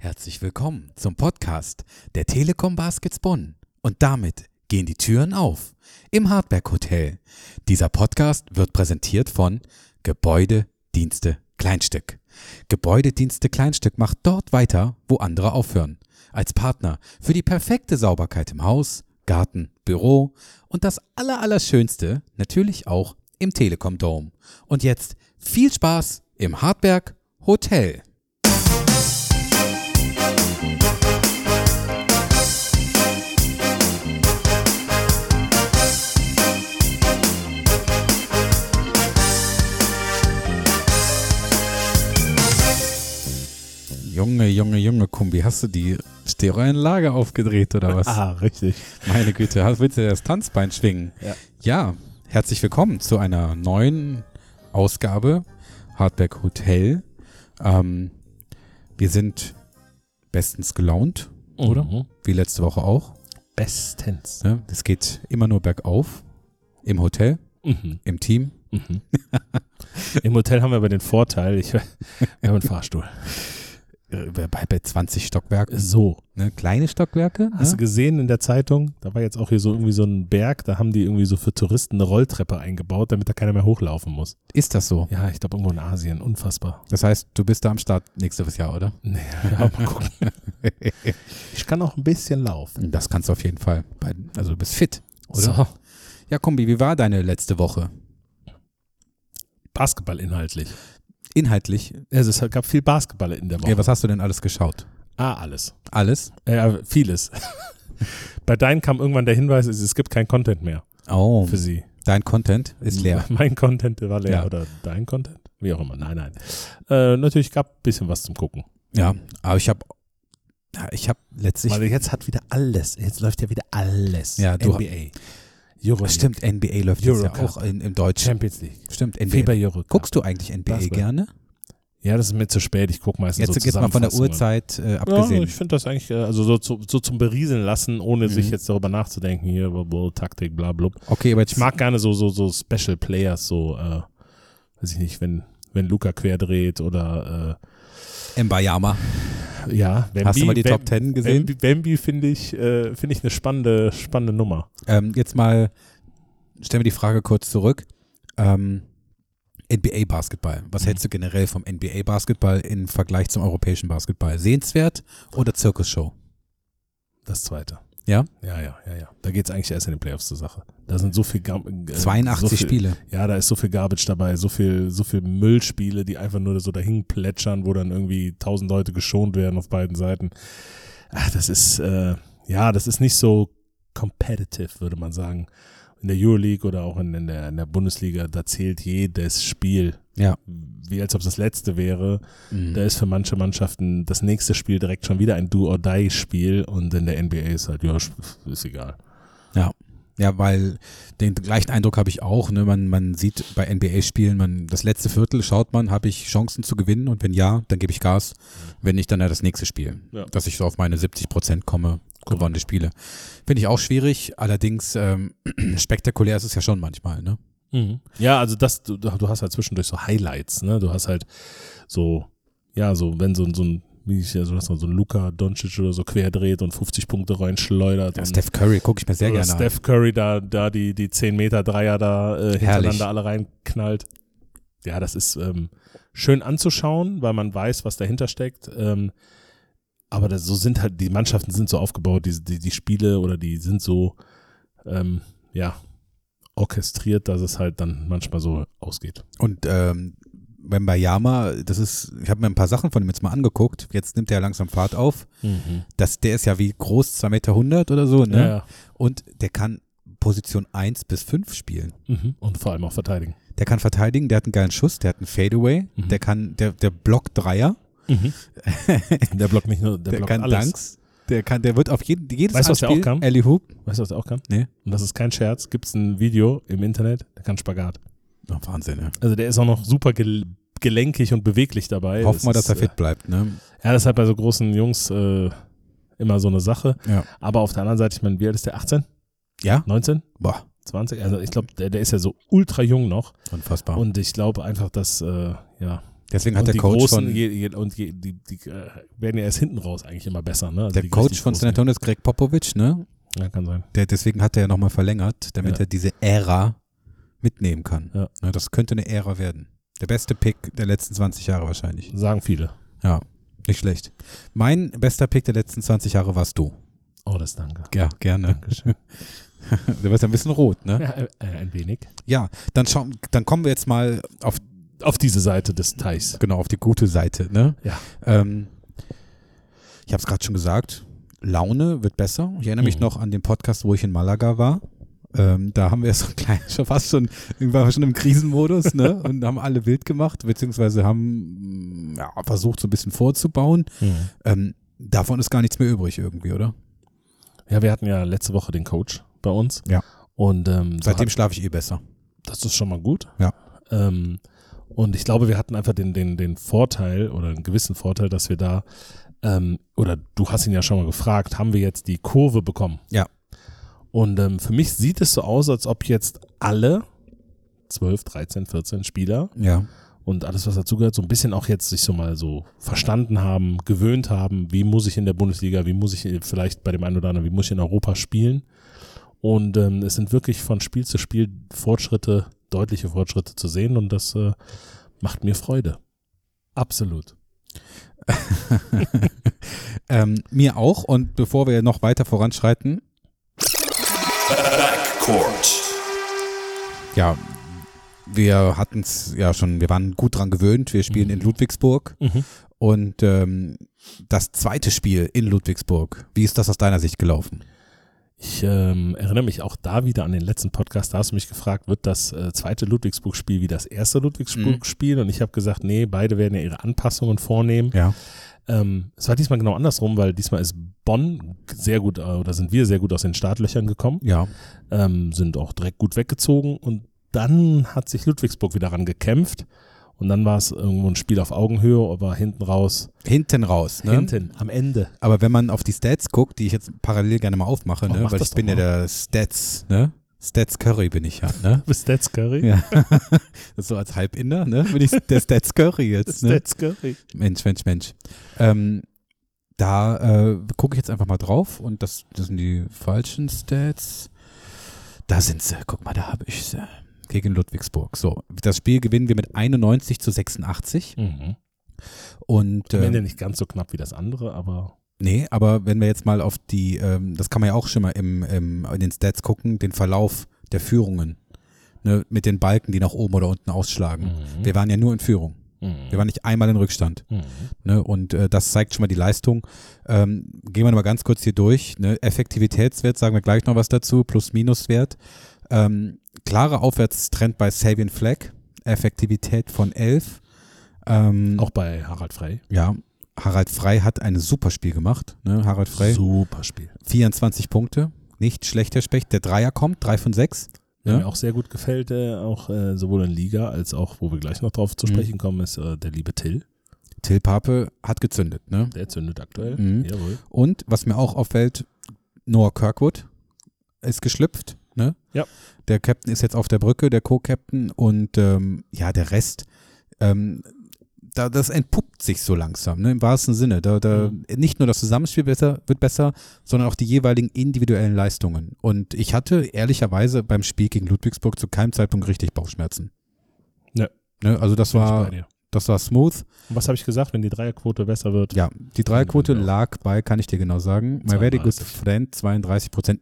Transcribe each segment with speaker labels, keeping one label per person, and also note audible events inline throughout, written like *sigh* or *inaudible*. Speaker 1: Herzlich willkommen zum Podcast der Telekom Baskets Bonn. Und damit gehen die Türen auf im Hartberg Hotel. Dieser Podcast wird präsentiert von Gebäudedienste Kleinstück. Gebäudedienste Kleinstück macht dort weiter, wo andere aufhören. Als Partner für die perfekte Sauberkeit im Haus, Garten, Büro und das Allerallerschönste natürlich auch im Telekom Dome. Und jetzt viel Spaß im Hartberg Hotel. Junge, Junge, Junge, Kumbi, hast du die Stereoanlage aufgedreht oder was?
Speaker 2: Ah, richtig.
Speaker 1: Meine Güte, hast- willst du das Tanzbein schwingen?
Speaker 2: Ja.
Speaker 1: ja, herzlich willkommen zu einer neuen Ausgabe Hardback Hotel. Ähm, wir sind bestens gelaunt,
Speaker 2: Oder?
Speaker 1: wie letzte Woche auch.
Speaker 2: Bestens.
Speaker 1: Ne? Es geht immer nur bergauf. Im Hotel,
Speaker 2: Mhm.
Speaker 1: im Team.
Speaker 2: Mhm. Im Hotel haben wir aber den Vorteil, ich, *laughs* wir haben einen Fahrstuhl.
Speaker 1: äh, Bei, bei 20 Stockwerken.
Speaker 2: So.
Speaker 1: Ne? Kleine Stockwerke.
Speaker 2: Hast du
Speaker 1: Ne?
Speaker 2: gesehen in der Zeitung, da war jetzt auch hier so irgendwie so ein Berg, da haben die irgendwie so für Touristen eine Rolltreppe eingebaut, damit da keiner mehr hochlaufen muss.
Speaker 1: Ist das so?
Speaker 2: Ja, ich glaube irgendwo in Asien, unfassbar.
Speaker 1: Das heißt, du bist da am Start nächstes Jahr, oder?
Speaker 2: *laughs* Nee, ja, mal gucken. Ich kann auch ein bisschen laufen.
Speaker 1: Das kannst du auf jeden Fall. Bei- Also du bist fit, oder? Ja, Kombi, wie war deine letzte Woche?
Speaker 2: Basketball inhaltlich.
Speaker 1: Inhaltlich.
Speaker 2: Also es gab viel Basketball in der Woche.
Speaker 1: Ja, was hast du denn alles geschaut?
Speaker 2: ah, alles.
Speaker 1: Alles?
Speaker 2: Äh, *laughs* vieles. Bei deinen kam irgendwann der Hinweis, es es gibt kein Content mehr
Speaker 1: Oh,
Speaker 2: für sie.
Speaker 1: dein Content ist leer.
Speaker 2: *laughs* Mein Content war leer
Speaker 1: Ja.
Speaker 2: oder dein Content? Wie auch immer. Nein, nein. Äh, natürlich gab ein bisschen was zum Gucken.
Speaker 1: Ja, aber ich habe ich habe letztlich
Speaker 2: Weil jetzt hat wieder alles. Jetzt läuft ja wieder alles.
Speaker 1: Ja, du-
Speaker 2: NBA. Euro
Speaker 1: Stimmt, NBA läuft jetzt ja
Speaker 2: Eurocup.
Speaker 1: auch in, im Deutschen.
Speaker 2: Champions League.
Speaker 1: Stimmt, NBA.
Speaker 2: Fieber Euro.
Speaker 1: Guckst du eigentlich NBA
Speaker 2: Basketball.
Speaker 1: gerne?
Speaker 2: Ja, das ist mir zu spät. Ich gucke meistens
Speaker 1: Jetzt,
Speaker 2: so
Speaker 1: jetzt mal von der
Speaker 2: Zusammenfassungen.
Speaker 1: Uhrzeit äh,
Speaker 2: Ja,
Speaker 1: abgesehen.
Speaker 2: ich finde das eigentlich, äh, also so, zu- so zum Berieseln lassen, ohne
Speaker 1: Mhm.
Speaker 2: sich jetzt darüber nachzudenken, hier, bla, bla, Taktik, bla, bla.
Speaker 1: okay, aber jetzt
Speaker 2: Ich mag gerne so, so, so Special Players, so, äh, weiß ich nicht, wenn, wenn Luca quer dreht oder,
Speaker 1: Mbayama.
Speaker 2: äh, ja, wenn
Speaker 1: Hast du mal die Top Ten gesehen?
Speaker 2: Wemby, Wemby finde ich, äh, finde ich eine spannende, spannende Nummer.
Speaker 1: Ähm, jetzt mal, stell mir die Frage kurz zurück. Ähm, NBA-Basketball. Was
Speaker 2: Mhm.
Speaker 1: hältst du generell vom NBA-Basketball im Vergleich zum europäischen Basketball? Sehenswert oder Zirkusshow?
Speaker 2: Das zweite.
Speaker 1: Ja?
Speaker 2: Ja, ja, ja, ja. Da geht es eigentlich erst in den Playoffs zur Sache. Da sind so viel Gab äh,
Speaker 1: 82
Speaker 2: so viel,
Speaker 1: Spiele.
Speaker 2: Ja, da ist so viel Garbage dabei, so viel, so viel Müllspiele, die einfach nur so dahin plätschern, wo dann irgendwie tausend Leute geschont werden auf beiden Seiten. Ach, das ist, äh, ja, das ist nicht so competitive, würde man sagen. In der Euroleague oder auch in, in, der, in der Bundesliga, da zählt jedes Spiel.
Speaker 1: Ja.
Speaker 2: Wie als ob es das letzte wäre.
Speaker 1: Mhm.
Speaker 2: Da ist für manche Mannschaften das nächste Spiel direkt schon wieder ein Do-or-Die-Spiel und in der NBA ist halt, ja, ist egal.
Speaker 1: Ja, weil den gleichen Eindruck habe ich auch. Ne? Man, man sieht bei NBA-Spielen, man das letzte Viertel schaut man, habe ich Chancen zu gewinnen und wenn ja, dann gebe ich Gas. Wenn nicht, dann ja das nächste Spiel.
Speaker 2: Ja.
Speaker 1: Dass ich so auf meine 70 Prozent komme, gewonnene Spiele. Finde ich auch schwierig, allerdings ähm, *clears throat* spektakulär ist es ja schon manchmal. Ne?
Speaker 2: Ja, also das, du, du hast halt zwischendurch so Highlights, ne? Du hast halt so, ja, so, wenn so, ein- so ein, wie ich also ja so, so ein Luca Doncic oder so quer dreht und 50 Punkte reinschleudert.
Speaker 1: Ja,
Speaker 2: und
Speaker 1: Also Steph Curry gucke ich mir sehr
Speaker 2: oder
Speaker 1: gerne an.
Speaker 2: Steph Curry da, da die, die 10 Meter Dreier da äh, hintereinander
Speaker 1: Herrlich.
Speaker 2: alle reinknallt. Ja, das ist ähm, schön anzuschauen, weil man weiß, was dahinter steckt. Ähm, aber das, so sind halt, die Mannschaften sind so aufgebaut, die, die, die Spiele oder die sind so, ähm, ja, orchestriert, dass es halt dann manchmal so ausgeht.
Speaker 1: Und ähm, wenn bei Yama, das ist, ich habe mir ein paar Sachen von ihm jetzt mal angeguckt. Jetzt nimmt er langsam Fahrt auf. Das, der ist ja wie groß, 2,1 Meter oder so, Mhm. ne?
Speaker 2: Ja, ja.
Speaker 1: Und der kann Position 1 bis 5 spielen.
Speaker 2: Mhm. Und vor allem auch verteidigen.
Speaker 1: Der kann verteidigen, der hat einen geilen Schuss, der hat einen Fadeaway,
Speaker 2: Mhm.
Speaker 1: der kann, der, der blockt Dreier,
Speaker 2: Der blockt nicht nur,
Speaker 1: Mhm.
Speaker 2: der,
Speaker 1: der,
Speaker 2: blockt
Speaker 1: kann
Speaker 2: alles.
Speaker 1: Dunks, der kann, der wird auf jeden, jedes
Speaker 2: Weißt du, was der auch
Speaker 1: Anspiel,
Speaker 2: kann?
Speaker 1: Alley Hoop.
Speaker 2: Weißt du, was er auch kann?
Speaker 1: Nee.
Speaker 2: Und das ist kein Scherz, gibt es ein Video im Internet, der kann Spagat.
Speaker 1: Oh, Wahnsinn, ja.
Speaker 2: Also der ist auch noch super gel gelenkig und beweglich dabei.
Speaker 1: Hoffen wir, dass
Speaker 2: ist,
Speaker 1: er fit bleibt, ne?
Speaker 2: Äh, ja, das ist halt bei so großen Jungs äh, immer so eine Sache.
Speaker 1: Ja.
Speaker 2: Aber auf der anderen Seite, ich meine, wie alt ist der? 18?
Speaker 1: Ja?
Speaker 2: 19?
Speaker 1: Boah,
Speaker 2: 20? Also ich glaube, der, der ist ja so ultra jung noch.
Speaker 1: unfassbar.
Speaker 2: Und ich glaube einfach, dass, äh, ja,
Speaker 1: Deswegen hat
Speaker 2: und
Speaker 1: der
Speaker 2: die
Speaker 1: Coach
Speaker 2: großen,
Speaker 1: von
Speaker 2: je, je, und je, die, die äh, werden ja erst hinten raus eigentlich immer besser, ne? Also
Speaker 1: der
Speaker 2: die
Speaker 1: Coach
Speaker 2: richtig
Speaker 1: von San
Speaker 2: großen.
Speaker 1: Antonio ist Greg Popovich, ne?
Speaker 2: Ja, kann sein.
Speaker 1: Der, deswegen hat er ja nochmal verlängert, damit
Speaker 2: Ja.
Speaker 1: er diese Ära mitnehmen kann.
Speaker 2: Ja.
Speaker 1: Ne, das könnte eine Ära werden. Der beste Pick der letzten 20 Jahre wahrscheinlich.
Speaker 2: Sagen viele.
Speaker 1: Ja, nicht schlecht. Mein bester Pick der letzten 20 Jahre warst du.
Speaker 2: Oh, das danke. *laughs*
Speaker 1: Ja, gerne. *laughs* Du wirst ja ein bisschen rot, ne?
Speaker 2: Ja, äh, ein wenig.
Speaker 1: Ja, dann schauen, dann kommen wir jetzt mal auf,
Speaker 2: Auf diese Seite des Teichs.
Speaker 1: genau, auf die gute Seite, ne?
Speaker 2: Ja.
Speaker 1: Ähm, ich habe es gerade schon gesagt, Laune wird besser. Ich erinnere mich
Speaker 2: Mhm.
Speaker 1: noch an den Podcast, wo ich in Malaga war. Ähm, da haben wir *laughs* so ein kleines, schon fast schon, waren wir schon im Krisenmodus,
Speaker 2: *laughs*
Speaker 1: ne? Und haben alle wild gemacht, beziehungsweise haben mm, ja, versucht, so ein bisschen vorzubauen. Ähm, davon ist gar nichts mehr übrig irgendwie, oder?
Speaker 2: Ja, wir hatten ja letzte Woche den Coach bei uns.
Speaker 1: Ja.
Speaker 2: Und ähm, so
Speaker 1: Seitdem schlafe ich eh besser.
Speaker 2: das ist schon mal gut.
Speaker 1: Ja.
Speaker 2: Ähm, und ich glaube, wir hatten einfach den, den, den Vorteil oder einen gewissen Vorteil, dass wir da, ähm, oder du hast ihn ja schon mal gefragt, haben wir jetzt die Kurve bekommen?
Speaker 1: Ja.
Speaker 2: Und ähm, für mich sieht es so aus, als ob jetzt alle 12, 13, 14 Spieler
Speaker 1: Ja.
Speaker 2: und alles, was dazugehört, so ein bisschen auch jetzt sich so mal so verstanden haben, gewöhnt haben, wie muss ich in der Bundesliga, wie muss ich äh, vielleicht bei dem einen oder anderen, wie muss ich in Europa spielen. Und ähm, es sind wirklich von Spiel zu Spiel Fortschritte, deutliche Fortschritte zu sehen und das äh, macht mir Freude. Absolut.
Speaker 1: Ähm, mir auch. Und bevor wir noch weiter voranschreiten,
Speaker 3: Backcourt.
Speaker 1: ja, wir hatten es ja schon, wir waren gut dran gewöhnt. Wir spielen in Ludwigsburg.
Speaker 2: Mhm.
Speaker 1: Und ähm, das zweite Spiel in Ludwigsburg, wie ist das aus deiner Sicht gelaufen?
Speaker 2: Ich ähm, erinnere mich auch da wieder an den letzten Podcast, da hast du mich gefragt, wird das äh, zweite Ludwigsburg-Spiel wie das erste Ludwigsburg-Spiel? Und ich habe gesagt, nee, beide werden ja ihre Anpassungen vornehmen.
Speaker 1: Ja.
Speaker 2: Ähm, es war diesmal genau andersrum, weil diesmal ist Bonn sehr gut, äh, oder sind wir sehr gut aus den Startlöchern gekommen,
Speaker 1: Ja.
Speaker 2: ähm, sind auch direkt gut weggezogen und dann hat sich Ludwigsburg wieder ran gekämpft und dann war es irgendwo ein Spiel auf Augenhöhe, aber hinten raus,
Speaker 1: Hinten raus, ne?
Speaker 2: hinten, am Ende.
Speaker 1: Aber wenn man auf die Stats guckt, die ich jetzt parallel gerne mal aufmache,
Speaker 2: Oh,
Speaker 1: ne?
Speaker 2: mach
Speaker 1: Weil
Speaker 2: das
Speaker 1: ich bin
Speaker 2: doch
Speaker 1: ja der Stats, ne? Stats Curry bin ich ja, ne?
Speaker 2: Bis Stats Curry.
Speaker 1: Ja. Das ist so als Halbinder, ne? Bin ich der Stats Curry jetzt, ne?
Speaker 2: Stats Curry.
Speaker 1: Mensch, Mensch, Mensch. Ähm, da äh, gucke ich jetzt einfach mal drauf und das, das sind die falschen Stats. Da sind sie. Guck mal, da habe ich sie. Gegen Ludwigsburg. So, das Spiel gewinnen wir mit 91 zu 86.
Speaker 2: Mhm.
Speaker 1: Und
Speaker 2: Am Ende
Speaker 1: äh,
Speaker 2: nicht ganz so knapp wie das andere, aber
Speaker 1: nee, aber wenn wir jetzt mal auf die, ähm, das kann man ja auch schon mal im, im, in den Stats gucken, den Verlauf der Führungen. Ne, mit den Balken, die nach oben oder unten ausschlagen.
Speaker 2: Mhm.
Speaker 1: Wir waren ja nur in Führung.
Speaker 2: mhm.
Speaker 1: Wir waren nicht einmal in Rückstand.
Speaker 2: Mhm.
Speaker 1: Ne? Und äh, das zeigt schon mal die Leistung. Ähm, gehen wir noch mal ganz kurz hier durch. Ne? Effektivitätswert, sagen wir gleich noch was dazu, Plus-Minus-Wert. Ähm, klarer Aufwärtstrend bei Sabian Fleck, Effektivität von 11. Ähm,
Speaker 2: auch bei Harald Frey.
Speaker 1: ja, Harald Frey hat ein super Spiel gemacht. Ne? Harald Frey,
Speaker 2: Super Spiel.
Speaker 1: 24 Punkte, nicht schlechter Specht. Der Dreier kommt, 3 von 6.
Speaker 2: Der
Speaker 1: Ja.
Speaker 2: mir auch sehr gut gefällt, äh, auch äh, sowohl in Liga als auch, wo wir gleich noch drauf zu
Speaker 1: Mhm.
Speaker 2: sprechen kommen, ist äh, der liebe Till.
Speaker 1: Till Pape hat gezündet. Ne?
Speaker 2: Der zündet aktuell.
Speaker 1: Mhm.
Speaker 2: Jawohl.
Speaker 1: Und was mir auch auffällt, Noah Kirkwood ist geschlüpft. Ne?
Speaker 2: Ja.
Speaker 1: Der Captain ist jetzt auf der Brücke, der Co-Captain und ähm, ja, der Rest, ähm, da, das entpuppt sich so langsam, ne? im wahrsten Sinne. Da, da,
Speaker 2: Mhm.
Speaker 1: Nicht nur das Zusammenspiel besser, wird besser, sondern auch die jeweiligen individuellen Leistungen. Und ich hatte ehrlicherweise beim Spiel gegen Ludwigsburg zu keinem Zeitpunkt richtig Bauchschmerzen.
Speaker 2: Ja.
Speaker 1: Ne? Also das
Speaker 2: Bin ich bei
Speaker 1: war,
Speaker 2: dir.
Speaker 1: das war smooth.
Speaker 2: Und was habe ich gesagt, wenn die Dreierquote besser wird?
Speaker 1: Ja, die Dreierquote
Speaker 2: Ja.
Speaker 1: lag bei, kann ich dir genau sagen, my very good
Speaker 2: 32.
Speaker 1: friend, 32 Prozent.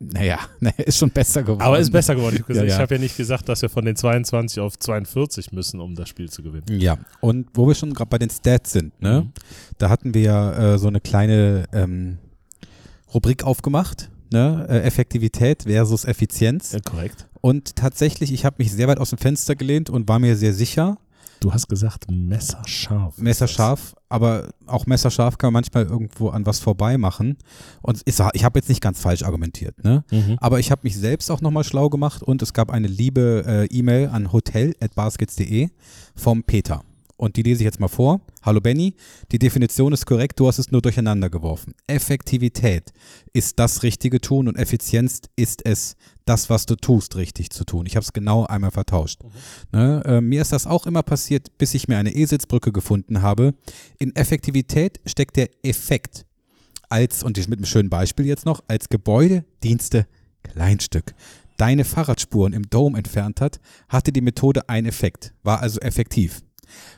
Speaker 1: Naja, *laughs* ne, ist schon besser geworden.
Speaker 2: Aber ist besser geworden. Ich *laughs* habe
Speaker 1: Ja, ja.
Speaker 2: ich hab ja nicht gesagt, dass wir von den 22 auf 42 müssen, um das Spiel zu gewinnen.
Speaker 1: Ja, und wo wir schon gerade bei den Stats sind, ne?
Speaker 2: Mhm.
Speaker 1: Da hatten wir ja äh, so eine kleine ähm, Rubrik aufgemacht, ne? Äh, Effektivität versus Effizienz.
Speaker 2: Ja, Äh, korrekt.
Speaker 1: Und tatsächlich, ich habe mich sehr weit aus dem Fenster gelehnt und war mir sehr sicher,
Speaker 2: Du hast gesagt, messerscharf. ist
Speaker 1: messerscharf, aber auch messerscharf kann man manchmal irgendwo an was vorbei machen. Und ich, sag- ich habe jetzt nicht ganz falsch argumentiert, ne?
Speaker 2: das. Mhm.
Speaker 1: Aber ich habe mich selbst auch nochmal schlau gemacht und es gab eine liebe äh, E-Mail an hotel.baskets.de vom Peter. und die lese ich jetzt mal vor. Hallo Benny, die Definition ist korrekt, du hast es nur durcheinander geworfen. Effektivität ist das richtige Tun und Effizienz ist es, das, was du tust, richtig zu tun. Ich habe es genau einmal vertauscht. Ne? Äh, mir ist das auch immer passiert, bis ich mir eine Eselsbrücke gefunden habe. In Effektivität steckt der Effekt als, und ich mit einem schönen Beispiel jetzt noch, als Gebäudedienste Kleinstück deine Fahrradspuren im Dome entfernt hat, hatte die Methode einen Effekt, war also effektiv.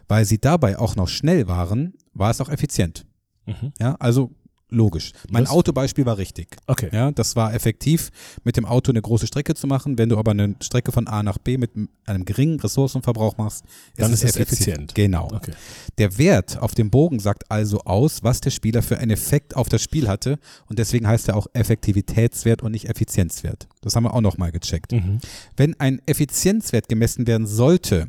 Speaker 1: Weil sie dabei auch noch schnell waren, war es auch effizient.
Speaker 2: Mhm.
Speaker 1: Ja, also logisch. Mein
Speaker 2: Das-
Speaker 1: Autobeispiel war richtig.
Speaker 2: Okay.
Speaker 1: Ja, das war effektiv, mit dem Auto eine große Strecke zu machen. Wenn du aber eine Strecke von A nach B mit m- einem geringen Ressourcenverbrauch machst,
Speaker 2: Dann ist es effizient.
Speaker 1: Genau.
Speaker 2: Okay.
Speaker 1: Der Wert auf dem Bogen sagt also aus, was der Spieler für einen Effekt auf das Spiel hatte. Und deswegen heißt er auch Effektivitätswert und nicht Effizienzwert. Das haben wir auch nochmal gecheckt.
Speaker 2: Mhm.
Speaker 1: Wenn ein Effizienzwert gemessen werden sollte,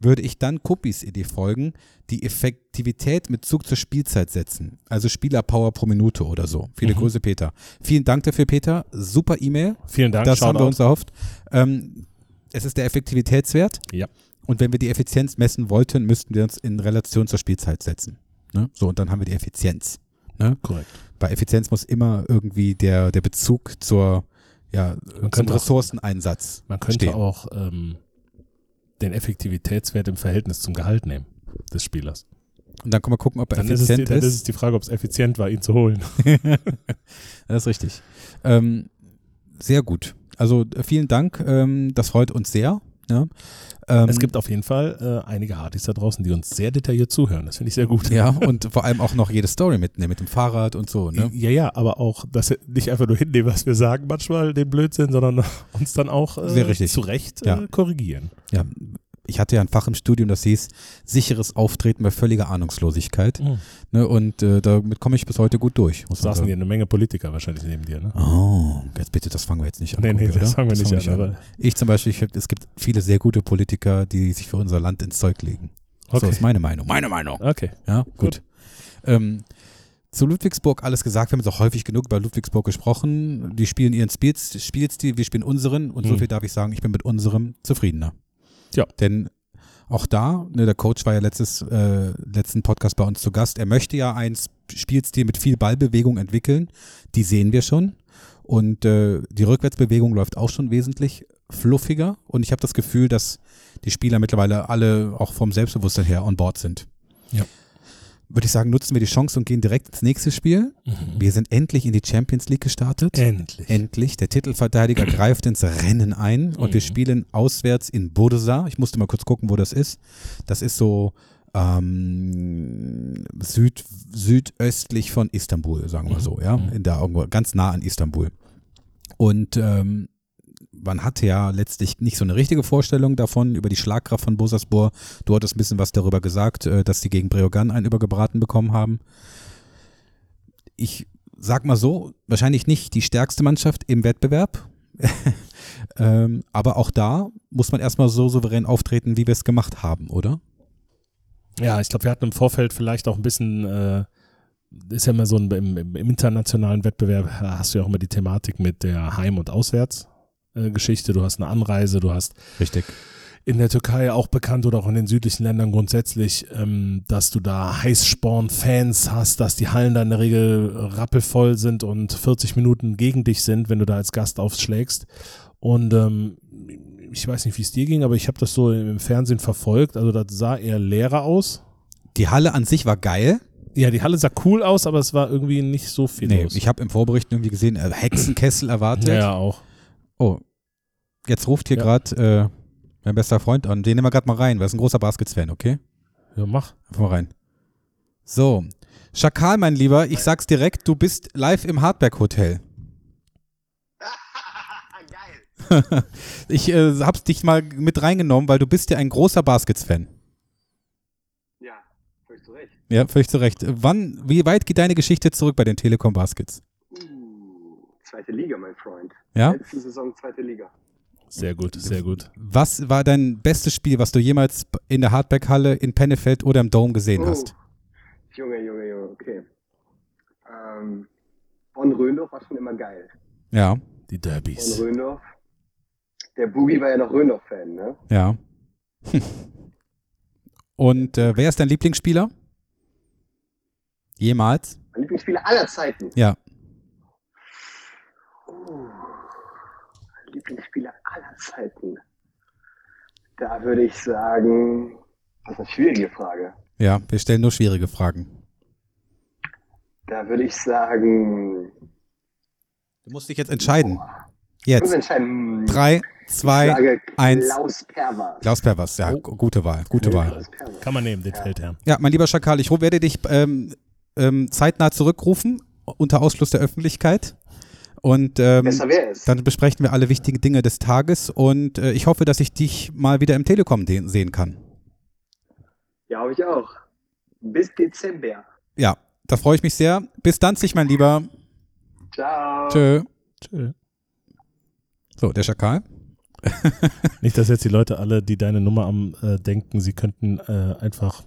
Speaker 1: würde ich dann Kupis Idee folgen, die Effektivität mit Zug zur Spielzeit setzen. Also Spielerpower pro Minute oder so.
Speaker 2: Mhm.
Speaker 1: Viele Grüße, Peter. Vielen Dank dafür, Peter. Super E-Mail.
Speaker 2: Vielen Dank.
Speaker 1: Das haben wir
Speaker 2: Shoutout.
Speaker 1: uns erhofft. Ähm, es ist der Effektivitätswert.
Speaker 2: Ja.
Speaker 1: Und wenn wir die Effizienz messen wollten, müssten wir uns in Relation zur Spielzeit setzen. Ne? So, und dann haben wir die Effizienz.
Speaker 2: Korrekt.
Speaker 1: Bei Effizienz muss immer irgendwie der, der Bezug zur, ja,
Speaker 2: Man
Speaker 1: zum
Speaker 2: könnte auch-
Speaker 1: Ressourceneinsatz
Speaker 2: Man könnte
Speaker 1: stehen.
Speaker 2: auch ähm, den Effektivitätswert im Verhältnis zum Gehalt nehmen des Spielers.
Speaker 1: Und dann können wir gucken, ob er
Speaker 2: Dann ist, es die,
Speaker 1: effizient
Speaker 2: dann ist
Speaker 1: ist.
Speaker 2: es die Frage, ob es effizient war, ihn zu holen.
Speaker 1: *laughs* Das ist richtig. Ähm, sehr gut. Also äh, vielen Dank. Ähm, das freut uns sehr. Ja. Ähm,
Speaker 2: Es gibt auf jeden Fall äh, einige Hardys da draußen, die uns sehr detailliert zuhören. Das finde ich sehr gut.
Speaker 1: ja und vor allem auch noch jede Story mitnehmen mit dem Fahrrad und so. Ne?
Speaker 2: Ja, ja, aber auch, dass sie nicht einfach nur hinnehmen, was wir sagen, manchmal den Blödsinn, sondern *laughs* uns dann auch äh,
Speaker 1: Sehr richtig.
Speaker 2: zu Recht
Speaker 1: Ja.
Speaker 2: äh, korrigieren.
Speaker 1: Ja. Ich hatte ja ein Fach im Studium, das hieß sicheres Auftreten bei völliger Ahnungslosigkeit. Ne, und äh, damit komme ich bis heute gut durch. Muss man
Speaker 2: Hm. Saßen
Speaker 1: sagen.
Speaker 2: hier eine Menge Politiker wahrscheinlich neben dir, ne?
Speaker 1: Oh, jetzt bitte, das fangen wir jetzt nicht an.
Speaker 2: Nee, nee,
Speaker 1: Kumpel,
Speaker 2: das
Speaker 1: oder?
Speaker 2: fangen wir nicht an, aber-
Speaker 1: Ich zum Beispiel, ich, hab- es gibt viele sehr gute Politiker, die sich für unser Land ins Zeug legen. So ist meine Meinung. Meine Meinung.
Speaker 2: okay.
Speaker 1: Ja, gut. Ähm, zu Ludwigsburg alles gesagt. Wir haben jetzt auch häufig genug über Ludwigsburg gesprochen. Die spielen ihren Spiel Spielstil, wir spielen unseren. Und so
Speaker 2: Mhm.
Speaker 1: viel darf ich sagen, ich bin mit unserem zufriedener.
Speaker 2: Ja.
Speaker 1: Denn auch da, ne, der Coach war ja letztes, äh, letzten Podcast bei uns zu Gast. Er möchte ja einen Sp- Spielstil mit viel Ballbewegung entwickeln. Die sehen wir schon. Und äh, die Rückwärtsbewegung läuft auch schon wesentlich fluffiger. Und ich habe das Gefühl, dass die Spieler mittlerweile alle auch vom Selbstbewusstsein her on board sind.
Speaker 2: Ja.
Speaker 1: Würde ich sagen, nutzen wir die Chance und gehen direkt ins nächste Spiel. Wir sind endlich in die Champions League gestartet.
Speaker 2: Endlich.
Speaker 1: Endlich. Der
Speaker 2: *clears throat*
Speaker 1: Titelverteidiger greift ins Rennen ein und wir
Speaker 2: Mhm.
Speaker 1: spielen auswärts in Bursa. Ich musste mal kurz gucken, wo das ist. Das ist so ähm, süd, südöstlich von Istanbul, sagen wir
Speaker 2: Mhm.
Speaker 1: so, ja.
Speaker 2: Mhm.
Speaker 1: In da irgendwo, ganz nah an Istanbul. Und ähm, man hatte ja letztlich nicht so eine richtige Vorstellung davon über die Schlagkraft von Bursaspor. Du hattest ein bisschen was darüber gesagt, äh, dass die gegen Breogan einen übergebraten bekommen haben. Ich sag mal so, wahrscheinlich nicht die stärkste Mannschaft im Wettbewerb. *laughs* ähm, aber auch da muss man erstmal so souverän auftreten, wie wir es gemacht haben, oder?
Speaker 2: Ja, ich glaube, wir hatten im Vorfeld vielleicht auch ein bisschen, äh, ist ja immer so ein, im, im internationalen Wettbewerb äh, hast du ja auch immer die Thematik mit der Heim- und Auswärtsgeschichte. Du hast eine Anreise, du hast
Speaker 1: Richtig.
Speaker 2: in der Türkei auch bekannt oder auch in den südlichen Ländern grundsätzlich, ähm, dass du da Heißsporn-Fans hast, dass die Hallen da in der Regel rappelvoll sind und 40 Minuten gegen dich sind, wenn du da als Gast aufschlägst. Und ähm, ich weiß nicht, wie es dir ging, aber ich habe das so im Fernsehen verfolgt. Also das sah eher leerer aus.
Speaker 1: Die Halle an sich war geil.
Speaker 2: Ja, die Halle sah cool aus, aber es war irgendwie nicht so viel
Speaker 1: Nee,
Speaker 2: los.
Speaker 1: ich habe im Vorbericht irgendwie gesehen, äh, Hexenkessel erwartet.
Speaker 2: ja, ja, auch.
Speaker 1: Oh, jetzt ruft hier
Speaker 2: Ja.
Speaker 1: grad gerade äh, mein bester Freund an. Den nehmen wir gerade mal rein, weil er ist ein großer Baskets-Fan, okay?
Speaker 2: Ja, mach.
Speaker 1: Einfach mal rein. So, Schakal, mein Lieber, ich sag's direkt, du bist live im Hardberg-Hotel.
Speaker 3: Geil.
Speaker 1: Ich äh, hab's dich mal mit reingenommen, weil du bist ja ein großer Baskets-Fan.
Speaker 3: Ja, völlig zu Recht.
Speaker 1: Ja, völlig zu Recht. Wann, wie weit geht deine Geschichte zurück bei den Telekom Baskets?
Speaker 3: Uh, zweite Liga, mein Freund.
Speaker 1: Ja?
Speaker 3: Letzte Saison zweite Liga.
Speaker 2: Sehr gut, sehr gut.
Speaker 1: Was war dein bestes Spiel, was du jemals in der Hardback-Halle, in Pennefeld oder im Dome gesehen hast?
Speaker 3: Oh. Junge, Junge, Junge, okay. Ähm, Bonn Röndorf war schon immer geil.
Speaker 1: Ja,
Speaker 2: Die
Speaker 3: Bonn
Speaker 2: Derbys.
Speaker 3: Röndorf. Der Boogie war ja noch Röndorf-Fan, ne?
Speaker 1: ja. Hm. *laughs* Und äh, wer ist dein Lieblingsspieler? Jemals?
Speaker 3: Mein Lieblingsspieler aller Zeiten.
Speaker 1: Ja.
Speaker 3: Oh, mein Lieblingsspieler aller Zeiten. Da würde ich sagen, das ist eine schwierige Frage.
Speaker 1: Ja, wir stellen nur schwierige Fragen.
Speaker 3: Da würde ich sagen,
Speaker 1: Du musst dich jetzt entscheiden. Jetzt.
Speaker 3: wir müssen entscheiden.
Speaker 1: Drei,
Speaker 3: Ich
Speaker 1: zwei,
Speaker 3: sage
Speaker 1: eins.
Speaker 3: Klaus Perwers.
Speaker 1: Klaus Pervers, ja,
Speaker 2: Oh.
Speaker 1: gu- gute Wahl, gute Wahl.
Speaker 3: Klaus Perwers.
Speaker 2: Kann man nehmen, den Feldherrn.
Speaker 1: Ja, mein lieber Schakal, ich ru- werde dich ähm, ähm, zeitnah zurückrufen, unter Ausschluss der Öffentlichkeit. Und ähm,
Speaker 3: Besser wäre es.
Speaker 1: dann besprechen wir alle wichtigen Dinge des Tages und äh, ich hoffe, dass ich dich mal wieder im Telekom de- sehen kann.
Speaker 3: Ja, habe ich auch. Bis Dezember.
Speaker 1: Ja, da freue ich mich sehr. Bis dann, sich mein Lieber.
Speaker 3: Ciao.
Speaker 1: Tschö.
Speaker 2: Tschö.
Speaker 1: So, der Schakal.
Speaker 2: Nicht, dass jetzt die Leute alle, die deine Nummer am äh, denken, sie könnten äh, einfach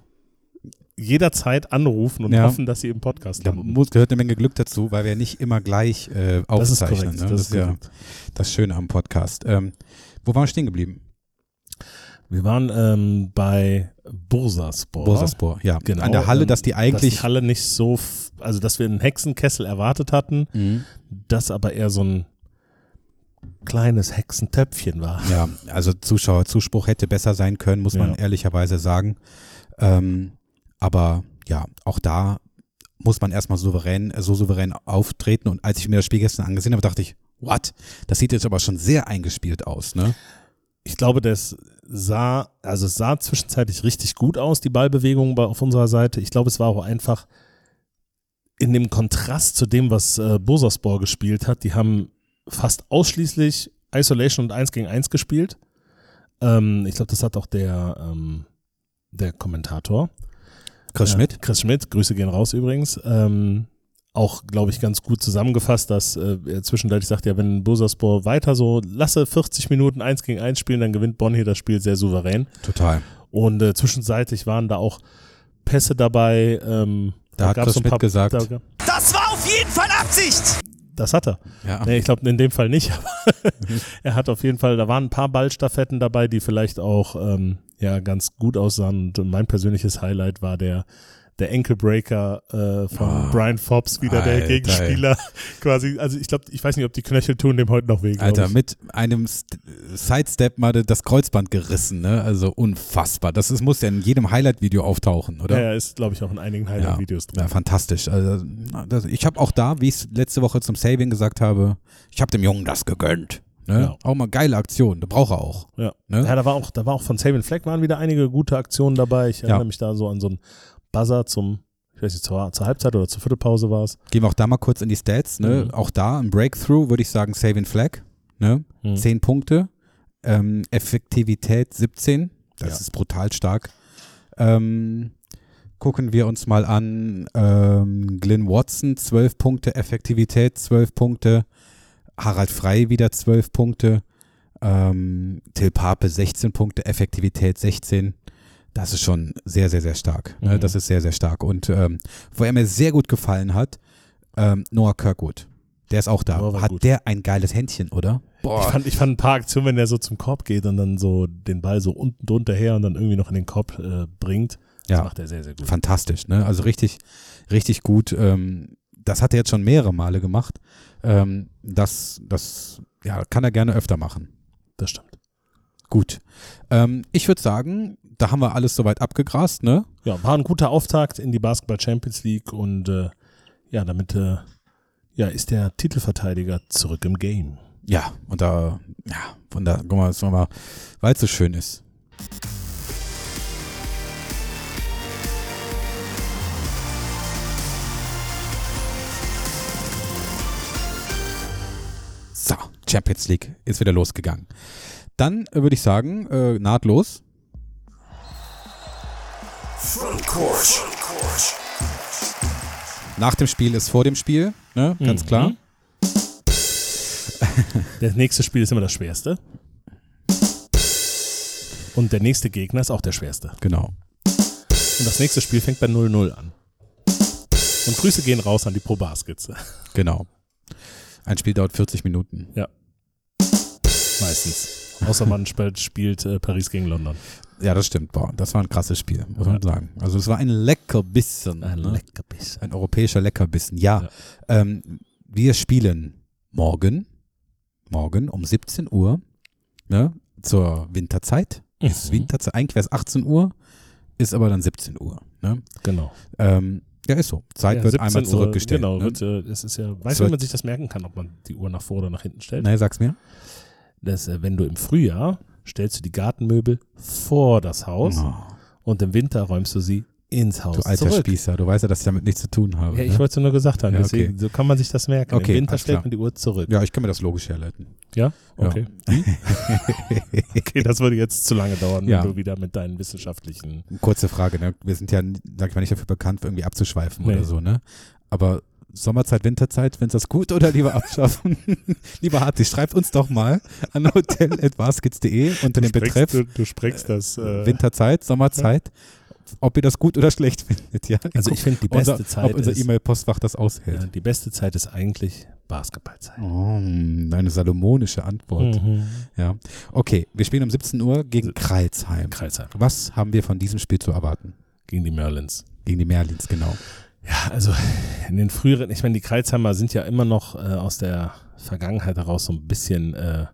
Speaker 2: jederzeit anrufen und
Speaker 1: Ja.
Speaker 2: hoffen, dass sie im Podcast
Speaker 1: Da
Speaker 2: landen.
Speaker 1: muss, gehört eine Menge Glück dazu, weil wir nicht immer gleich äh, aufzeichnen.
Speaker 2: Das ist korrekt.
Speaker 1: ne?
Speaker 2: Das ist
Speaker 1: ja
Speaker 2: korrekt.
Speaker 1: das Schöne am Podcast. Ähm, wo waren wir stehen geblieben?
Speaker 2: Wir waren ähm, bei Bursaspor.
Speaker 1: Bursaspor, ja.
Speaker 2: Genau.
Speaker 1: An der Halle,
Speaker 2: ähm,
Speaker 1: dass die eigentlich.
Speaker 2: Dass die Halle nicht so, f- also dass wir einen Hexenkessel erwartet hatten,
Speaker 1: Mhm.
Speaker 2: das aber eher so ein kleines Hexentöpfchen war.
Speaker 1: ja, also Zuschauerzuspruch hätte besser sein können, muss man
Speaker 2: Ja.
Speaker 1: ehrlicherweise sagen. Ähm, aber ja, auch da muss man erstmal souverän, äh, so souverän auftreten. Und als ich mir das Spiel gestern angesehen habe, dachte ich, what? Das sieht jetzt aber schon sehr eingespielt aus, ne?
Speaker 2: Ich glaube, das sah, also es sah zwischenzeitlich richtig gut aus, die Ballbewegungen bei, auf unserer Seite. Ich glaube, es war auch einfach in dem Kontrast zu dem, was äh, Bursaspor gespielt hat. Die haben fast ausschließlich Isolation und 1 gegen 1 gespielt. Ähm, ich glaube, das hat auch der, ähm, der Kommentator
Speaker 1: Chris
Speaker 2: Ja,
Speaker 1: Schmidt?
Speaker 2: Chris Schmidt, Grüße gehen raus übrigens. Ähm, auch, glaube ich, ganz gut zusammengefasst, dass äh, er zwischenzeitlich sagt, ja, wenn Bursaspor weiter so lasse 40 Minuten 1 gegen 1 spielen, dann gewinnt Bonn hier das Spiel sehr souverän.
Speaker 1: Total.
Speaker 2: Und äh, zwischenzeitlich waren da auch Pässe dabei. Ähm,
Speaker 1: Da hat
Speaker 2: gab's
Speaker 1: Chris
Speaker 2: so ein paar-
Speaker 1: Schmidt gesagt.
Speaker 2: Da,
Speaker 4: Das war auf jeden Fall Absicht!
Speaker 2: das hat er.
Speaker 1: Ja.
Speaker 2: Nee, ich glaube in dem Fall nicht, *laughs* aber er hat auf jeden Fall, da waren ein paar Ballstaffetten dabei, die vielleicht auch ähm, ja ganz gut aussahen. Und mein persönliches Highlight war der der Enkelbreaker äh, von
Speaker 1: Ah,
Speaker 2: Brian Fobbs, wieder
Speaker 1: Alter,
Speaker 2: der Gegenspieler. *laughs* Quasi, also ich glaube, ich weiß nicht, ob die Knöchel tun dem heute noch weh. glaub
Speaker 1: Alter,
Speaker 2: ich.
Speaker 1: mit einem St Sidestep mal das Kreuzband gerissen, ne? Also unfassbar. Das ist, muss ja in jedem Highlight-Video auftauchen, oder?
Speaker 2: ja, er ist, glaube ich, auch in einigen Highlight-Videos drin.
Speaker 1: Ja, fantastisch. Also, na, das, ich habe auch da, wie ich es letzte Woche zum Saving gesagt habe, ich habe dem Jungen das gegönnt. Ne?
Speaker 2: Ja.
Speaker 1: Auch mal geile Aktion, da braucht er auch.
Speaker 2: Ja.
Speaker 1: Ne?
Speaker 2: ja, da war auch, da war auch von Sabian Fleck waren wieder einige gute Aktionen dabei. Ich erinnere mich da so an so einen Buzzer zum, ich weiß nicht, zur, zur Halbzeit oder zur Viertelpause war es.
Speaker 1: Gehen wir auch da mal kurz in die Stats. Ne?
Speaker 2: Mhm.
Speaker 1: Auch da im Breakthrough würde ich sagen, Saving Flag. Ne?
Speaker 2: Mhm.
Speaker 1: Zehn Punkte. Ähm, Effektivität 17. Das
Speaker 2: Ja.
Speaker 1: ist brutal stark. Ähm, gucken wir uns mal an. Ähm, Glyn Watson 12 Punkte, Effektivität 12 Punkte. Harald Frey wieder 12 Punkte. Ähm, Till Pape 16 Punkte, Effektivität 16. Das ist schon sehr, sehr, sehr stark. Ne?
Speaker 2: Mhm.
Speaker 1: Das ist sehr, sehr stark. Und ähm, wo er mir sehr gut gefallen hat, ähm, Noah Kirkwood. Der ist auch da.
Speaker 2: Noah war
Speaker 1: hat
Speaker 2: gut.
Speaker 1: der ein geiles Händchen, oder?
Speaker 2: Ich
Speaker 1: Boah.
Speaker 2: fand, ich fand ein paar Aktionen, wenn er so zum Korb geht und dann so den Ball so unten drunter her und dann irgendwie noch in den Korb äh, bringt. Das
Speaker 1: Ja.
Speaker 2: macht er sehr, sehr gut.
Speaker 1: fantastisch, ne? Also richtig, richtig gut. Ähm, das hat er jetzt schon mehrere Male gemacht. Ähm, das, das, ja, kann er gerne öfter machen.
Speaker 2: Das stimmt.
Speaker 1: Gut. Ähm, ich würde sagen, da haben wir alles soweit abgegrast, ne?
Speaker 2: Ja, war ein guter Auftakt in die Basketball Champions League und äh, ja, damit äh, ja, ist der Titelverteidiger zurück im Game.
Speaker 1: Ja, und da, ja, wunder, guck mal, das war mal, weil es so schön ist. So, Champions League ist wieder losgegangen. Dann äh, würde ich sagen, äh, nahtlos
Speaker 4: Front Court.
Speaker 1: Nach dem Spiel ist vor dem Spiel, ne? ganz
Speaker 2: Mhm.
Speaker 1: klar.
Speaker 2: Das nächste Spiel ist immer das schwerste. Und der nächste Gegner ist auch der schwerste.
Speaker 1: Genau.
Speaker 2: Und das nächste Spiel fängt bei 0-0 an. Und Grüße gehen raus an die Pro Baskets. äh,
Speaker 1: Genau. Ein Spiel dauert 40 Minuten.
Speaker 2: Meistens. Außer man spielt, spielt äh, Paris gegen London.
Speaker 1: Ja, das stimmt. Boah, das war ein krasses Spiel, muss man sagen. Also es war ein Leckerbissen.
Speaker 2: Ein
Speaker 1: ne?
Speaker 2: Leckerbissen.
Speaker 1: ein europäischer Leckerbissen. Ja,
Speaker 2: Ja.
Speaker 1: Ähm, wir spielen morgen, morgen um 17 Uhr ne, zur Winterzeit. Es ist
Speaker 2: Mhm.
Speaker 1: Winterzeit, eigentlich wäre es 18 Uhr, ist aber dann 17 Uhr. Ne?
Speaker 2: Genau.
Speaker 1: Ähm, ja, ist so. Zeit
Speaker 2: Ja,
Speaker 1: wird
Speaker 2: 17
Speaker 1: einmal
Speaker 2: Uhr,
Speaker 1: zurückgestellt.
Speaker 2: Genau,
Speaker 1: ne?
Speaker 2: wird, äh, es ist ja, weißt
Speaker 1: So-
Speaker 2: du, wie man sich das merken kann, ob man die Uhr nach vor oder nach hinten stellt?
Speaker 1: Nee, Ne, sag's mir.
Speaker 2: Dass, äh, wenn du im Frühjahr stellst du die Gartenmöbel vor das Haus
Speaker 1: Oh,
Speaker 2: und im Winter räumst du sie ins Haus
Speaker 1: du alter
Speaker 2: zurück.
Speaker 1: Spießer, du weißt ja, dass ich damit nichts zu tun habe.
Speaker 2: Ja, ich
Speaker 1: ne?
Speaker 2: wollte es nur gesagt haben,
Speaker 1: Ja, okay.
Speaker 2: deswegen so kann man sich das merken.
Speaker 1: Okay,
Speaker 2: Im Winter
Speaker 1: alles
Speaker 2: stellt
Speaker 1: klar.
Speaker 2: man die Uhr zurück.
Speaker 1: ja, ich kann mir das logisch herleiten.
Speaker 2: Ja?
Speaker 1: Ja.
Speaker 2: Okay. *laughs* okay, das würde jetzt zu lange dauern,
Speaker 1: Ja.
Speaker 2: wenn du wieder mit deinen wissenschaftlichen.
Speaker 1: Kurze Frage, ne? Wir sind ja, sag ich mal, nicht dafür bekannt, irgendwie abzuschweifen
Speaker 2: Nee.
Speaker 1: oder so, ne? Aber Sommerzeit, Winterzeit, wenn das gut oder lieber abschaffen? *laughs* lieber Hartig, schreibt uns doch mal an hotel.baskets.de unter dem Betreff
Speaker 2: du, du sprengst das. Äh,
Speaker 1: Winterzeit, Sommerzeit, ob ihr das gut oder schlecht *laughs* findet, ja?
Speaker 2: also ich finde die
Speaker 1: Guck,
Speaker 2: beste
Speaker 1: unser,
Speaker 2: Zeit
Speaker 1: Ob unser
Speaker 2: ist,
Speaker 1: E-Mail-Postfach das
Speaker 2: ja,
Speaker 1: aushält.
Speaker 2: die beste Zeit ist eigentlich Basketballzeit.
Speaker 1: Oh, eine salomonische Antwort.
Speaker 2: Mhm. Also
Speaker 1: Ja. Okay, wir spielen um 17 Uhr gegen Kreilsheim.
Speaker 2: Kreisheim
Speaker 1: Was haben wir von diesem Spiel zu erwarten?
Speaker 2: gegen die Merlins.
Speaker 1: Gegen die Merlins, genau.
Speaker 2: Ja, also in den früheren, ich meine, die Kreuzheimer sind ja immer noch äh, aus der Vergangenheit heraus so ein bisschen äh,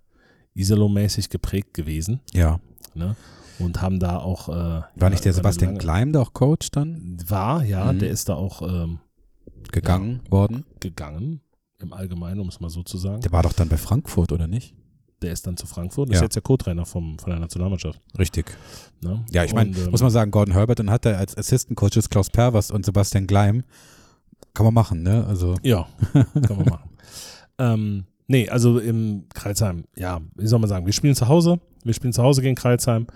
Speaker 2: Iserlohn-mäßig geprägt gewesen
Speaker 1: Ja.
Speaker 2: ne? und haben da auch. Äh,
Speaker 1: War nicht der Sebastian
Speaker 2: Klein?
Speaker 1: Kleim da auch Coach dann
Speaker 2: War, ja,
Speaker 1: Mhm.
Speaker 2: der ist da auch ähm,
Speaker 1: gegangen worden?
Speaker 2: gegangen, im Allgemeinen, um es mal so zu sagen.
Speaker 1: Der war doch dann bei Frankfurt, oder nicht?
Speaker 2: Der ist dann zu Frankfurt und
Speaker 1: Ja.
Speaker 2: ist jetzt der Co-Trainer vom, von der Nationalmannschaft.
Speaker 1: Richtig.
Speaker 2: Ne?
Speaker 1: Ja, ich meine,
Speaker 2: Und, ähm,
Speaker 1: muss man sagen, Gordon Herbert, dann hat er als Assistant Coaches Klaus Pervers und Sebastian Gleim. Kann man machen, ne? Also,
Speaker 2: Ja, kann
Speaker 1: *laughs*
Speaker 2: man machen. ähm, nee, also im Kreisheim, ja, wie soll man sagen, wir spielen zu Hause, wir spielen zu Hause gegen Kreisheim.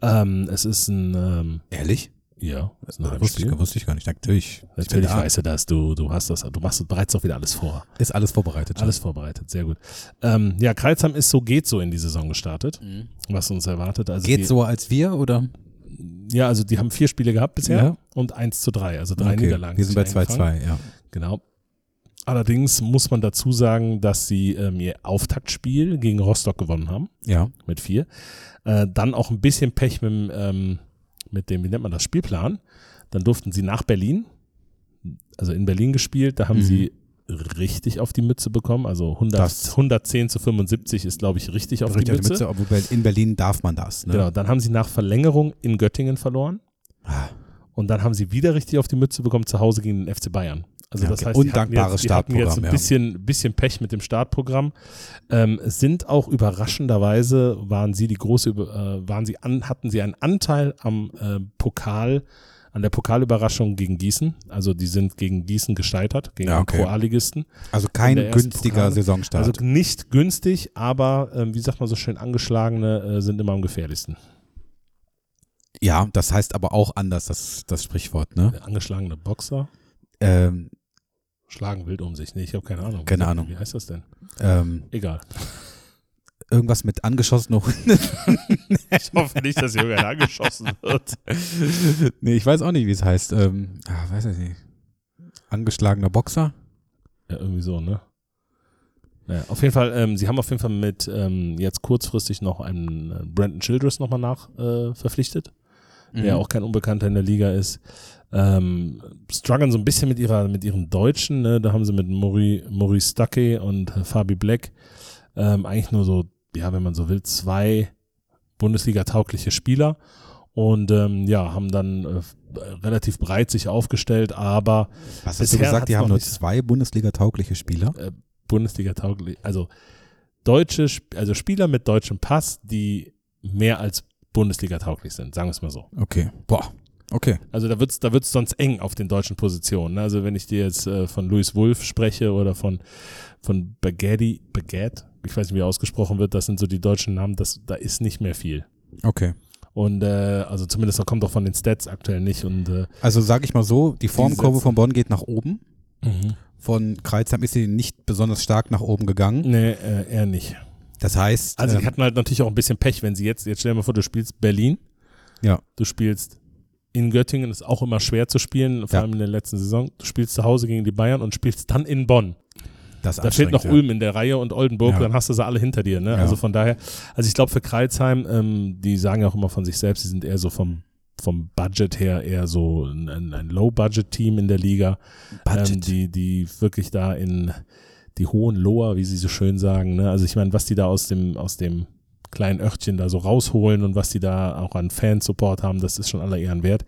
Speaker 2: Ähm, es ist ein, ähm,
Speaker 1: ehrlich?
Speaker 2: ja, es ist ein
Speaker 1: Das wusste,
Speaker 2: Heimspiel.
Speaker 1: ich, wusste ich gar nicht. Natürlich.
Speaker 2: Natürlich
Speaker 1: Ja,
Speaker 2: weißt du das, du, du hast das, du machst das bereits auch wieder alles vor.
Speaker 1: Ist alles vorbereitet. schon.
Speaker 2: Alles vorbereitet, sehr gut. Ähm, ja, Kreisheim ist so, geht so in die Saison gestartet,
Speaker 1: Mhm.
Speaker 2: was uns erwartet. Also
Speaker 1: Geht
Speaker 2: die,
Speaker 1: so als wir, oder?
Speaker 2: Ja, also die haben vier Spiele gehabt bisher
Speaker 1: Ja.
Speaker 2: und eins zu drei, also drei Niederlagen.
Speaker 1: wir sind bei
Speaker 2: sich eingefangen.
Speaker 1: 2-2, ja.
Speaker 2: Genau. Allerdings muss man dazu sagen, dass sie ähm, ihr Auftaktspiel gegen Rostock gewonnen haben
Speaker 1: Ja,
Speaker 2: mit vier. Äh, dann auch ein bisschen Pech mit, dem, ähm, mit dem, wie nennt man das, Spielplan. Dann durften sie nach Berlin, also in Berlin gespielt. Da haben
Speaker 1: Mhm.
Speaker 2: sie richtig auf die Mütze bekommen. Also 100,
Speaker 1: Das-
Speaker 2: 110 zu 75 ist, glaube ich, richtig auf
Speaker 1: richtig also
Speaker 2: die Mütze.
Speaker 1: obwohl Ber- in Berlin darf man das, ne?
Speaker 2: Genau, dann haben sie nach Verlängerung in Göttingen verloren.
Speaker 1: Ah.
Speaker 2: Und dann haben sie wieder richtig auf die Mütze bekommen zu Hause gegen den FC Bayern. Also
Speaker 1: Ja,
Speaker 2: das
Speaker 1: okay.
Speaker 2: heißt, die hatten
Speaker 1: Undankbares
Speaker 2: jetzt, die hatten jetzt
Speaker 1: Startprogramm,
Speaker 2: ein
Speaker 1: ja.
Speaker 2: bisschen, bisschen Pech mit dem Startprogramm. Ähm, es sind auch überraschenderweise waren sie die große, Über- äh, waren sie an, hatten sie einen Anteil am äh, Pokal, an der Pokalüberraschung gegen Gießen. Also die sind gegen Gießen gescheitert, gegen
Speaker 1: Ja, okay.
Speaker 2: den Pro-A-Ligisten.
Speaker 1: Also kein
Speaker 2: In der ersten
Speaker 1: günstiger
Speaker 2: Pokal.
Speaker 1: Saisonstart.
Speaker 2: Also nicht günstig, aber ähm, wie sagt man so schön, angeschlagene äh, sind immer am gefährlichsten.
Speaker 1: ja, das heißt aber auch anders, das, das Sprichwort, ne?
Speaker 2: Angeschlagene Boxer
Speaker 1: Ähm,
Speaker 2: schlagen wild um sich. Nee, ich habe keine Ahnung.
Speaker 1: Keine
Speaker 2: Wie-
Speaker 1: Ahnung.
Speaker 2: Wie heißt das denn?
Speaker 1: ähm,
Speaker 2: Egal.
Speaker 1: irgendwas mit Oh, angeschossene
Speaker 2: *laughs* Ich hoffe nicht, dass hier irgendeiner angeschossen wird.
Speaker 1: *laughs* nee, ich weiß auch nicht, wie es heißt. Ähm, ah, weiß ich nicht. Angeschlagener Boxer?
Speaker 2: *laughs* Ja, irgendwie so, ne? Naja, auf jeden Fall, ähm, sie haben auf jeden Fall mit ähm, jetzt kurzfristig noch einen äh, Brandon Childress nochmal nach äh, verpflichtet, der
Speaker 1: Mhm.
Speaker 2: auch kein Unbekannter in der Liga ist. Ähm, strugglen so ein bisschen mit ihrer, mit ihren Deutschen, ne? Da haben sie mit Mori, Maurice Stuckey und äh, Fabi Black ähm, eigentlich nur so, ja, wenn man so will, zwei Bundesliga-taugliche Spieler. Und ähm, ja, haben dann äh, relativ breit sich aufgestellt, aber
Speaker 1: Was hast du
Speaker 2: bisher
Speaker 1: gesagt?
Speaker 2: hat's
Speaker 1: Die haben
Speaker 2: noch
Speaker 1: nur
Speaker 2: nicht-
Speaker 1: zwei Bundesliga-taugliche Spieler.
Speaker 2: Bundesliga tauglich, also deutsche, Sp- also Spieler mit deutschem Pass, die mehr als Bundesliga tauglich sind, sagen wir es mal so.
Speaker 1: Okay. Boah. Okay.
Speaker 2: Also da wird's, da wird's sonst eng auf den deutschen Positionen. ne? Also wenn ich dir jetzt äh, von Louis Wolf spreche oder von von Baghetti, Baguette, ich weiß nicht, wie er ausgesprochen wird, das sind so die deutschen Namen, das da ist nicht mehr viel.
Speaker 1: Okay.
Speaker 2: Und äh, also zumindest da kommt auch von den Stats aktuell nicht und äh,
Speaker 1: Also sage ich mal so, die Formkurve
Speaker 2: setzen-
Speaker 1: von Bonn geht nach oben.
Speaker 2: Mhm.
Speaker 1: Von Kreuzheim ist sie nicht besonders stark nach oben gegangen.
Speaker 2: nee, äh, eher nicht.
Speaker 1: Das heißt,
Speaker 2: Also die
Speaker 1: ähm,
Speaker 2: hatten halt natürlich auch ein bisschen Pech, wenn sie jetzt, jetzt stell dir mal vor, du spielst Berlin.
Speaker 1: Ja.
Speaker 2: Du spielst in Göttingen, ist auch immer schwer zu spielen, vor
Speaker 1: Ja.
Speaker 2: allem in der letzten Saison. Du spielst zu Hause gegen die Bayern und spielst dann in Bonn.
Speaker 1: Das
Speaker 2: Da fehlt noch
Speaker 1: Anstrengendste.
Speaker 2: Ulm in der Reihe und Oldenburg,
Speaker 1: Ja.
Speaker 2: dann hast du sie alle hinter dir. Ne?
Speaker 1: Ja.
Speaker 2: Also von daher, also ich glaube für Kreilsheim, ähm, die sagen ja auch immer von sich selbst, sie sind eher so vom, vom Budget her eher so ein, ein ein Low-Budget-Team in der Liga, ähm,
Speaker 1: Budget.
Speaker 2: die, die wirklich da in die hohen Lower, wie sie so schön sagen. Ne? Also ich meine, was die da aus dem, aus dem kleinen Örtchen da so rausholen und was die da auch an Fansupport haben, das ist schon aller Ehren wert.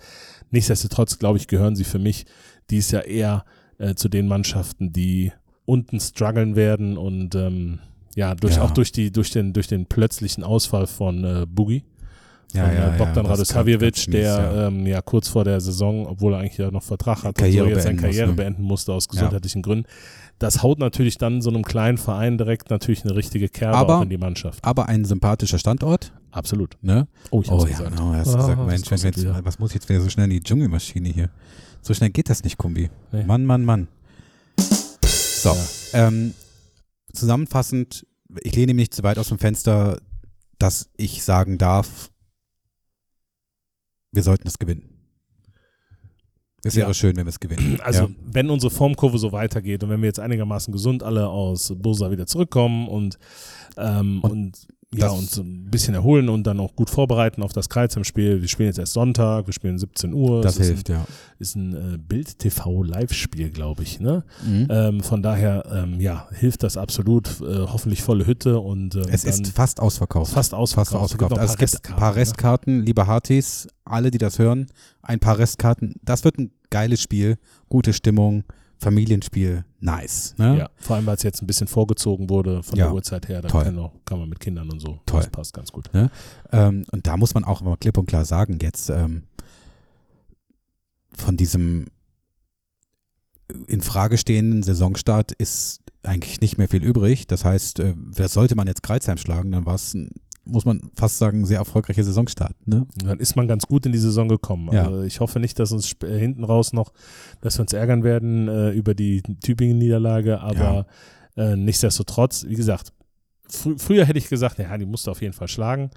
Speaker 2: Nichtsdestotrotz, glaube ich, gehören sie für mich dies Jahr eher äh, zu den Mannschaften, die unten strugglen werden und ähm, ja, durch,
Speaker 1: Ja.
Speaker 2: auch durch, die, durch, den, durch den plötzlichen Ausfall von äh, Boogie,
Speaker 1: ja,
Speaker 2: von
Speaker 1: ja,
Speaker 2: äh, Bogdan
Speaker 1: ja, das ist ganz,
Speaker 2: Radosavljevic,
Speaker 1: ganz mies,
Speaker 2: der
Speaker 1: ja.
Speaker 2: ähm, ja kurz vor der Saison, obwohl er eigentlich ja noch Vertrag hat,
Speaker 1: Karriere
Speaker 2: und so jetzt seine
Speaker 1: beenden muss,
Speaker 2: Karriere
Speaker 1: ne?
Speaker 2: beenden musste aus gesundheitlichen Gründen. Das haut natürlich dann so einem kleinen Verein direkt natürlich eine richtige Kerbe
Speaker 1: Aber-
Speaker 2: auch in die Mannschaft.
Speaker 1: aber ein sympathischer Standort,
Speaker 2: Absolut.
Speaker 1: ne?
Speaker 2: Oh, ich
Speaker 1: oh
Speaker 2: hab's
Speaker 1: ja,
Speaker 2: gesagt.
Speaker 1: genau, hast du
Speaker 2: Ah,
Speaker 1: gesagt,
Speaker 2: das
Speaker 1: Mensch, wenn wir
Speaker 2: kostet
Speaker 1: jetzt,
Speaker 2: wieder.
Speaker 1: was muss ich jetzt wieder so schnell in die Dschungelmaschine hier? So schnell geht das nicht, Kumbi.
Speaker 2: Nee.
Speaker 1: Mann, Mann, Mann. So, ähm, zusammenfassend, ich lehne mich nicht zu weit aus dem Fenster, dass ich sagen darf, wir sollten es gewinnen. Es wäre
Speaker 2: Ja.
Speaker 1: schön, wenn wir es gewinnen.
Speaker 2: Also,
Speaker 1: ja.
Speaker 2: wenn unsere Formkurve so weitergeht und wenn wir jetzt einigermaßen gesund alle aus Bursa wieder zurückkommen und, ähm,
Speaker 1: Und
Speaker 2: und, ja,
Speaker 1: das-
Speaker 2: uns ein bisschen erholen und dann auch gut vorbereiten auf das Kreuzheim-Spiel. Wir spielen jetzt erst Sonntag, wir spielen 17 Uhr.
Speaker 1: das
Speaker 2: Es ist
Speaker 1: hilft, ja.
Speaker 2: Ein, ist ein äh, Bild-TV-Live-Spiel, glaube ich. Ne?
Speaker 1: Mhm.
Speaker 2: Ähm, von daher, ähm, ja, hilft das absolut. Äh, hoffentlich volle Hütte und ähm,
Speaker 1: Es
Speaker 2: dann
Speaker 1: ist fast ausverkauft.
Speaker 2: fast ausverkauft.
Speaker 1: Fast ausverkauft. Also
Speaker 2: Es
Speaker 1: es
Speaker 2: gibt
Speaker 1: gibt
Speaker 2: noch
Speaker 1: ein paar
Speaker 2: Restkarten, ne?
Speaker 1: Restkarten, liebe Hartis, alle, die das hören, ein paar Restkarten. Das wird ein geiles Spiel, gute Stimmung, Familienspiel, nice. Ne?
Speaker 2: Ne? Ja, vor allem, weil es jetzt ein bisschen vorgezogen wurde von
Speaker 1: Ja.
Speaker 2: der Uhrzeit her. Da
Speaker 1: Toll.
Speaker 2: kann, auch, kann man mit Kindern und so.
Speaker 1: Toll.
Speaker 2: Das passt ganz gut.
Speaker 1: Ähm, und da muss man auch immer klipp und klar sagen, jetzt ähm, von diesem in Frage stehenden Saisonstart ist eigentlich nicht mehr viel übrig. Das heißt, äh, wer sollte man jetzt Kreuzheim schlagen, dann war es, muss man fast sagen, ein sehr erfolgreicher Saisonstart. Ne?
Speaker 2: Und Dann ist man ganz gut in die Saison gekommen.
Speaker 1: Ja.
Speaker 2: Also ich hoffe nicht, dass uns sp- äh, hinten raus noch, dass wir uns ärgern werden äh, über die Tübingen-Niederlage, aber äh, nichtsdestotrotz, wie gesagt, frü früher hätte ich gesagt, ja, die musst du auf jeden Fall schlagen.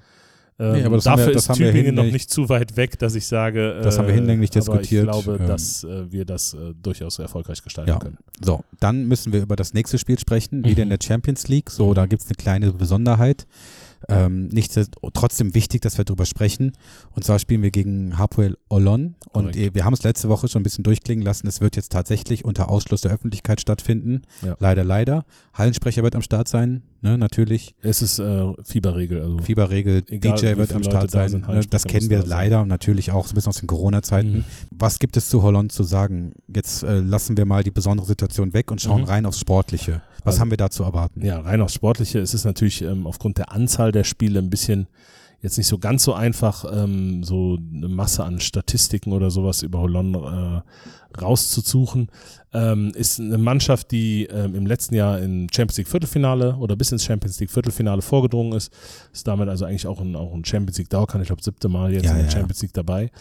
Speaker 2: Ähm,
Speaker 1: Nee, aber das haben
Speaker 2: dafür
Speaker 1: wir- das
Speaker 2: ist
Speaker 1: haben wir
Speaker 2: Tübingen noch
Speaker 1: hinlänglich-
Speaker 2: nicht zu weit weg, dass ich sage,
Speaker 1: Das
Speaker 2: äh,
Speaker 1: haben wir hinlänglich
Speaker 2: aber
Speaker 1: diskutiert.
Speaker 2: Ich glaube,
Speaker 1: Ähm,
Speaker 2: dass äh, wir das äh, durchaus erfolgreich gestalten
Speaker 1: Ja.
Speaker 2: können.
Speaker 1: So, dann müssen wir über das nächste Spiel sprechen, wieder
Speaker 2: Mhm.
Speaker 1: in der Champions League. So, da gibt's eine kleine Besonderheit. Ähm, nicht, trotzdem wichtig, dass wir drüber sprechen. Und zwar spielen wir gegen Hapoel Olon. Und
Speaker 2: Korrekt.
Speaker 1: eh, wir haben es letzte Woche schon ein bisschen durchklingen lassen. Es wird jetzt tatsächlich unter Ausschluss der Öffentlichkeit stattfinden.
Speaker 2: Ja.
Speaker 1: Leider, leider. Hallensprecher wird am Start sein, ne, natürlich.
Speaker 2: Es ist äh, Fieberregel. Also.
Speaker 1: Fieberregel,
Speaker 2: Egal, wie
Speaker 1: DJ wird
Speaker 2: viele
Speaker 1: am
Speaker 2: Leute
Speaker 1: Start
Speaker 2: da
Speaker 1: sein.
Speaker 2: sind,
Speaker 1: ne?
Speaker 2: Hallensprecher
Speaker 1: das kennen
Speaker 2: muss
Speaker 1: wir
Speaker 2: da sein.
Speaker 1: leider und natürlich auch so ein bisschen aus den Corona-Zeiten.
Speaker 2: Mhm.
Speaker 1: Was gibt es zu Holland zu sagen? Jetzt äh, lassen wir mal die besondere Situation weg und schauen
Speaker 2: Mhm.
Speaker 1: rein aufs Sportliche. Was
Speaker 2: Also-
Speaker 1: haben wir da zu erwarten?
Speaker 2: Ja, rein aufs Sportliche ist es natürlich ähm, aufgrund der Anzahl der Spiele ein bisschen jetzt nicht so ganz so einfach, ähm, so eine Masse an Statistiken oder sowas über Hollande äh, rauszusuchen. Ähm, ist eine Mannschaft, die ähm, im letzten Jahr im Champions League Viertelfinale oder bis ins Champions League Viertelfinale vorgedrungen ist. Ist damit also eigentlich auch ein, auch ein Champions League Dauerkandidat, ich glaube, siebte Mal jetzt
Speaker 1: Ja,
Speaker 2: in der
Speaker 1: ja, ja.
Speaker 2: Champions League dabei.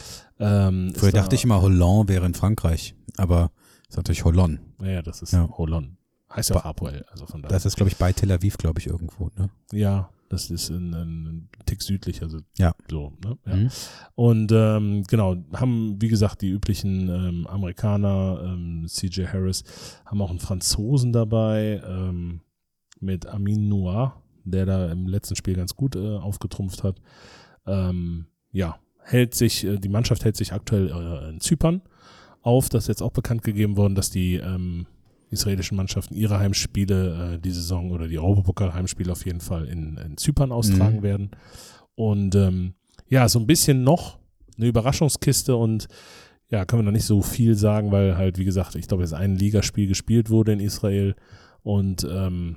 Speaker 2: Ähm, ist
Speaker 1: Früher
Speaker 2: da-
Speaker 1: dachte ich immer, Hollande wäre in Frankreich, aber ist natürlich Hollande.
Speaker 2: Naja, das ist
Speaker 1: Ja.
Speaker 2: Hollande. Heißt ja auch Apoel, also von daher.
Speaker 1: Das ist, glaube ich, bei Tel Aviv, glaube ich, irgendwo. Ne?
Speaker 2: Ja, das ist ein, ein, ein Tick südlich, also
Speaker 1: Ja.
Speaker 2: so. Ne? Ja.
Speaker 1: Mhm.
Speaker 2: Und ähm, genau, haben, wie gesagt, die üblichen ähm, Amerikaner, ähm, CJ Harris, haben auch einen Franzosen dabei ähm, mit Amin Noir, der da im letzten Spiel ganz gut äh, aufgetrumpft hat. Ähm, ja, hält sich, äh, die Mannschaft hält sich aktuell äh, in Zypern auf. Das ist jetzt auch bekannt gegeben worden, dass die ähm, israelischen Mannschaften ihre Heimspiele äh, die Saison oder die Europapokal-Heimspiele auf jeden Fall in, in Zypern austragen
Speaker 1: Mhm.
Speaker 2: werden. Und ähm, ja, so ein bisschen noch eine Überraschungskiste und ja, können wir noch nicht so viel sagen, weil halt, wie gesagt, ich glaube, jetzt ein Ligaspiel gespielt wurde in Israel und ähm,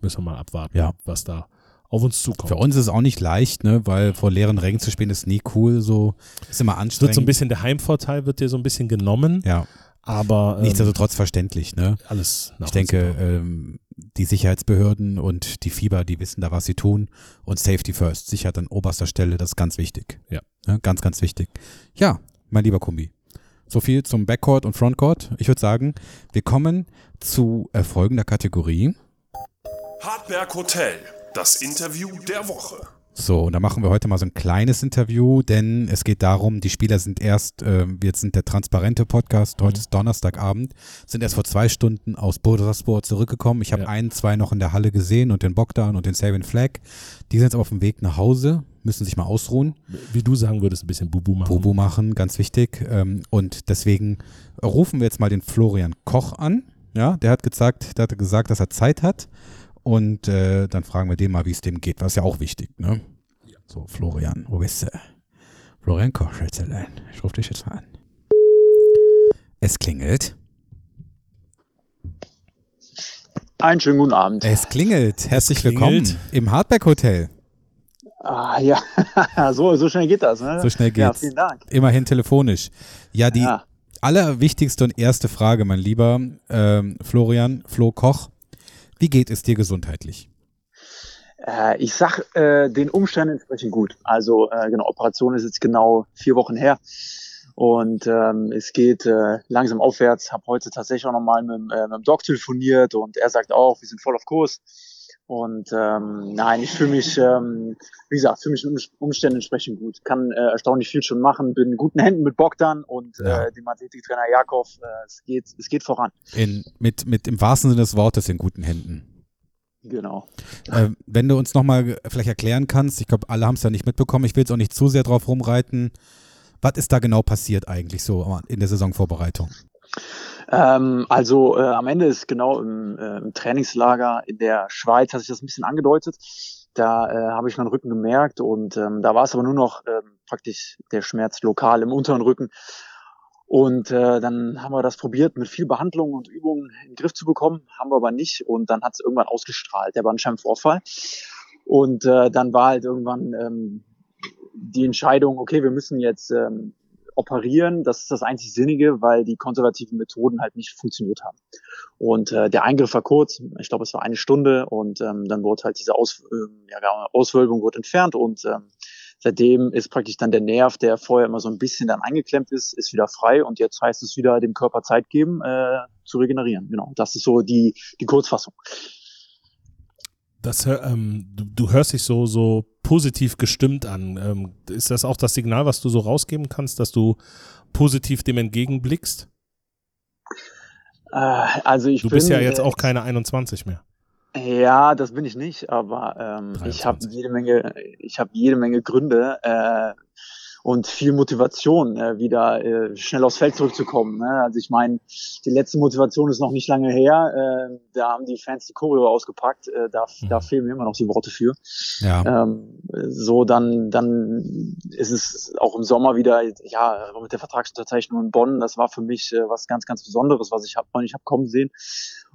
Speaker 2: müssen wir mal abwarten,
Speaker 1: Ja.
Speaker 2: was da auf uns zukommt.
Speaker 1: Für uns ist es auch nicht leicht, ne? weil vor leeren Rängen zu spielen ist nie cool. So ist immer
Speaker 2: Es wird
Speaker 1: anstrengend.
Speaker 2: so ein bisschen der Heimvorteil wird dir so ein bisschen genommen,
Speaker 1: ja,
Speaker 2: aber ähm,
Speaker 1: nichtsdestotrotz verständlich. Ne?
Speaker 2: alles
Speaker 1: Ich denke, ähm, die Sicherheitsbehörden und die Fieber, die wissen da, was sie tun. Und Safety First, Sicherheit an oberster Stelle, das ist ganz wichtig.
Speaker 2: Ja.
Speaker 1: Ne, ganz, ganz wichtig. Ja, mein lieber Kumbi. So viel zum Backcourt und Frontcourt. Ich würde sagen, wir kommen zu äh, folgender Kategorie.
Speaker 5: Hartberg Hotel. Das Interview der Woche.
Speaker 1: So, und da machen wir heute mal so ein kleines Interview, denn es geht darum, die Spieler sind erst, äh, wir sind der transparente Podcast, heute ist Donnerstagabend, sind erst vor zwei Stunden aus Bursaspor zurückgekommen. Ich habe
Speaker 2: Ja.
Speaker 1: einen, zwei noch in der Halle gesehen und den Bogdan und den Savin Flag. Die sind jetzt auf dem Weg nach Hause, müssen sich mal ausruhen.
Speaker 2: Wie du sagen würdest, ein bisschen Bubu machen.
Speaker 1: Bobo machen, ganz wichtig. Ähm, und deswegen rufen wir jetzt mal den Florian Koch an. Ja, der hat gesagt, der hat gesagt, dass er Zeit hat. Und äh, dann fragen wir den mal, wie es dem geht. Was ist ja auch wichtig, ne? So, Florian, wo bist du? Florian Koch, Schätzelein. Ich rufe dich jetzt mal an. Es klingelt.
Speaker 5: Einen schönen guten Abend.
Speaker 1: Es klingelt. Herzlich
Speaker 2: klingelt.
Speaker 1: willkommen im Hardback Hotel.
Speaker 5: Ah, ja, *laughs* so, so schnell geht das. Ne?
Speaker 1: So schnell
Speaker 5: Ja,
Speaker 1: geht's.
Speaker 5: vielen Dank.
Speaker 1: Immerhin telefonisch. Ja, die
Speaker 5: Ja.
Speaker 1: allerwichtigste und erste Frage, mein lieber ähm, Florian, Flo Koch. Wie geht es dir gesundheitlich?
Speaker 5: Äh, ich sag äh, den Umständen entsprechend gut. Also äh, genau, Operation ist jetzt genau vier Wochen her und ähm, es geht äh, langsam aufwärts. Hab heute tatsächlich auch nochmal mit, dem, äh, mit dem Doc telefoniert und er sagt auch, wir sind voll auf Kurs. Und ähm, nein, ich fühle mich, ähm, wie gesagt, fühle mich den Umst- Umständen entsprechend gut. Kann äh, erstaunlich viel schon machen, bin in guten Händen mit Bogdan und
Speaker 1: Ja.
Speaker 5: äh, dem Athletiktrainer Jakov. Äh, es geht, es geht voran.
Speaker 1: In, mit, mit im wahrsten Sinne des Wortes in guten Händen.
Speaker 5: Genau.
Speaker 1: Äh, wenn du uns nochmal vielleicht erklären kannst, ich glaube, alle haben es ja nicht mitbekommen, ich will jetzt auch nicht zu sehr drauf rumreiten. Was ist da genau passiert eigentlich so in der Saisonvorbereitung?
Speaker 5: Ähm, also äh, am Ende ist genau im, äh, im Trainingslager in der Schweiz, hat sich das ein bisschen angedeutet. Da äh, habe ich meinen Rücken gemerkt und ähm, da war es aber nur noch ähm, praktisch der Schmerz lokal im unteren Rücken. Und äh, dann haben wir das probiert, mit viel Behandlung und Übungen in den Griff zu bekommen, haben wir aber nicht. Und dann hat es irgendwann ausgestrahlt, der Bandscheibenvorfall. Und äh, dann war halt irgendwann ähm, die Entscheidung, okay, wir müssen jetzt ähm, operieren, das ist das einzig Sinnige, weil die konservativen Methoden halt nicht funktioniert haben. Und äh, der Eingriff war kurz, ich glaube, es war eine Stunde und ähm, dann wurde halt diese Aus, ähm, ja, genau, Auswölbung wurde entfernt und ähm, seitdem ist praktisch dann der Nerv, der vorher immer so ein bisschen dann eingeklemmt ist, ist wieder frei und jetzt heißt es wieder dem Körper Zeit geben, äh, zu regenerieren. Genau, das ist so die, die Kurzfassung.
Speaker 2: Das, hör- ähm, du, du hörst dich so, so positiv gestimmt an. Ähm, ist das auch das Signal, was du so rausgeben kannst, dass du positiv dem entgegenblickst?
Speaker 5: Äh, also ich
Speaker 2: Du bist
Speaker 5: bin,
Speaker 2: ja jetzt
Speaker 5: äh,
Speaker 2: auch keine 21 mehr.
Speaker 5: Ja, das bin ich nicht, aber ähm, ich habe
Speaker 2: 23.
Speaker 5: jede Menge, ich habe jede Menge Gründe äh, und viel Motivation, äh, wieder äh, schnell aufs Feld zurückzukommen. Ne? Also ich meine, die letzte Motivation ist noch nicht lange her. Äh, da haben die Fans die Choreo ausgepackt. Äh, da, da
Speaker 2: Mhm.
Speaker 5: fehlen mir immer noch die Worte für.
Speaker 1: Ja.
Speaker 5: Ähm, so, dann, dann ist es auch im Sommer wieder, ja, mit der Vertragsunterzeichnung in Bonn, das war für mich äh, was ganz, ganz Besonderes, was ich hab, noch nicht hab kommen sehen.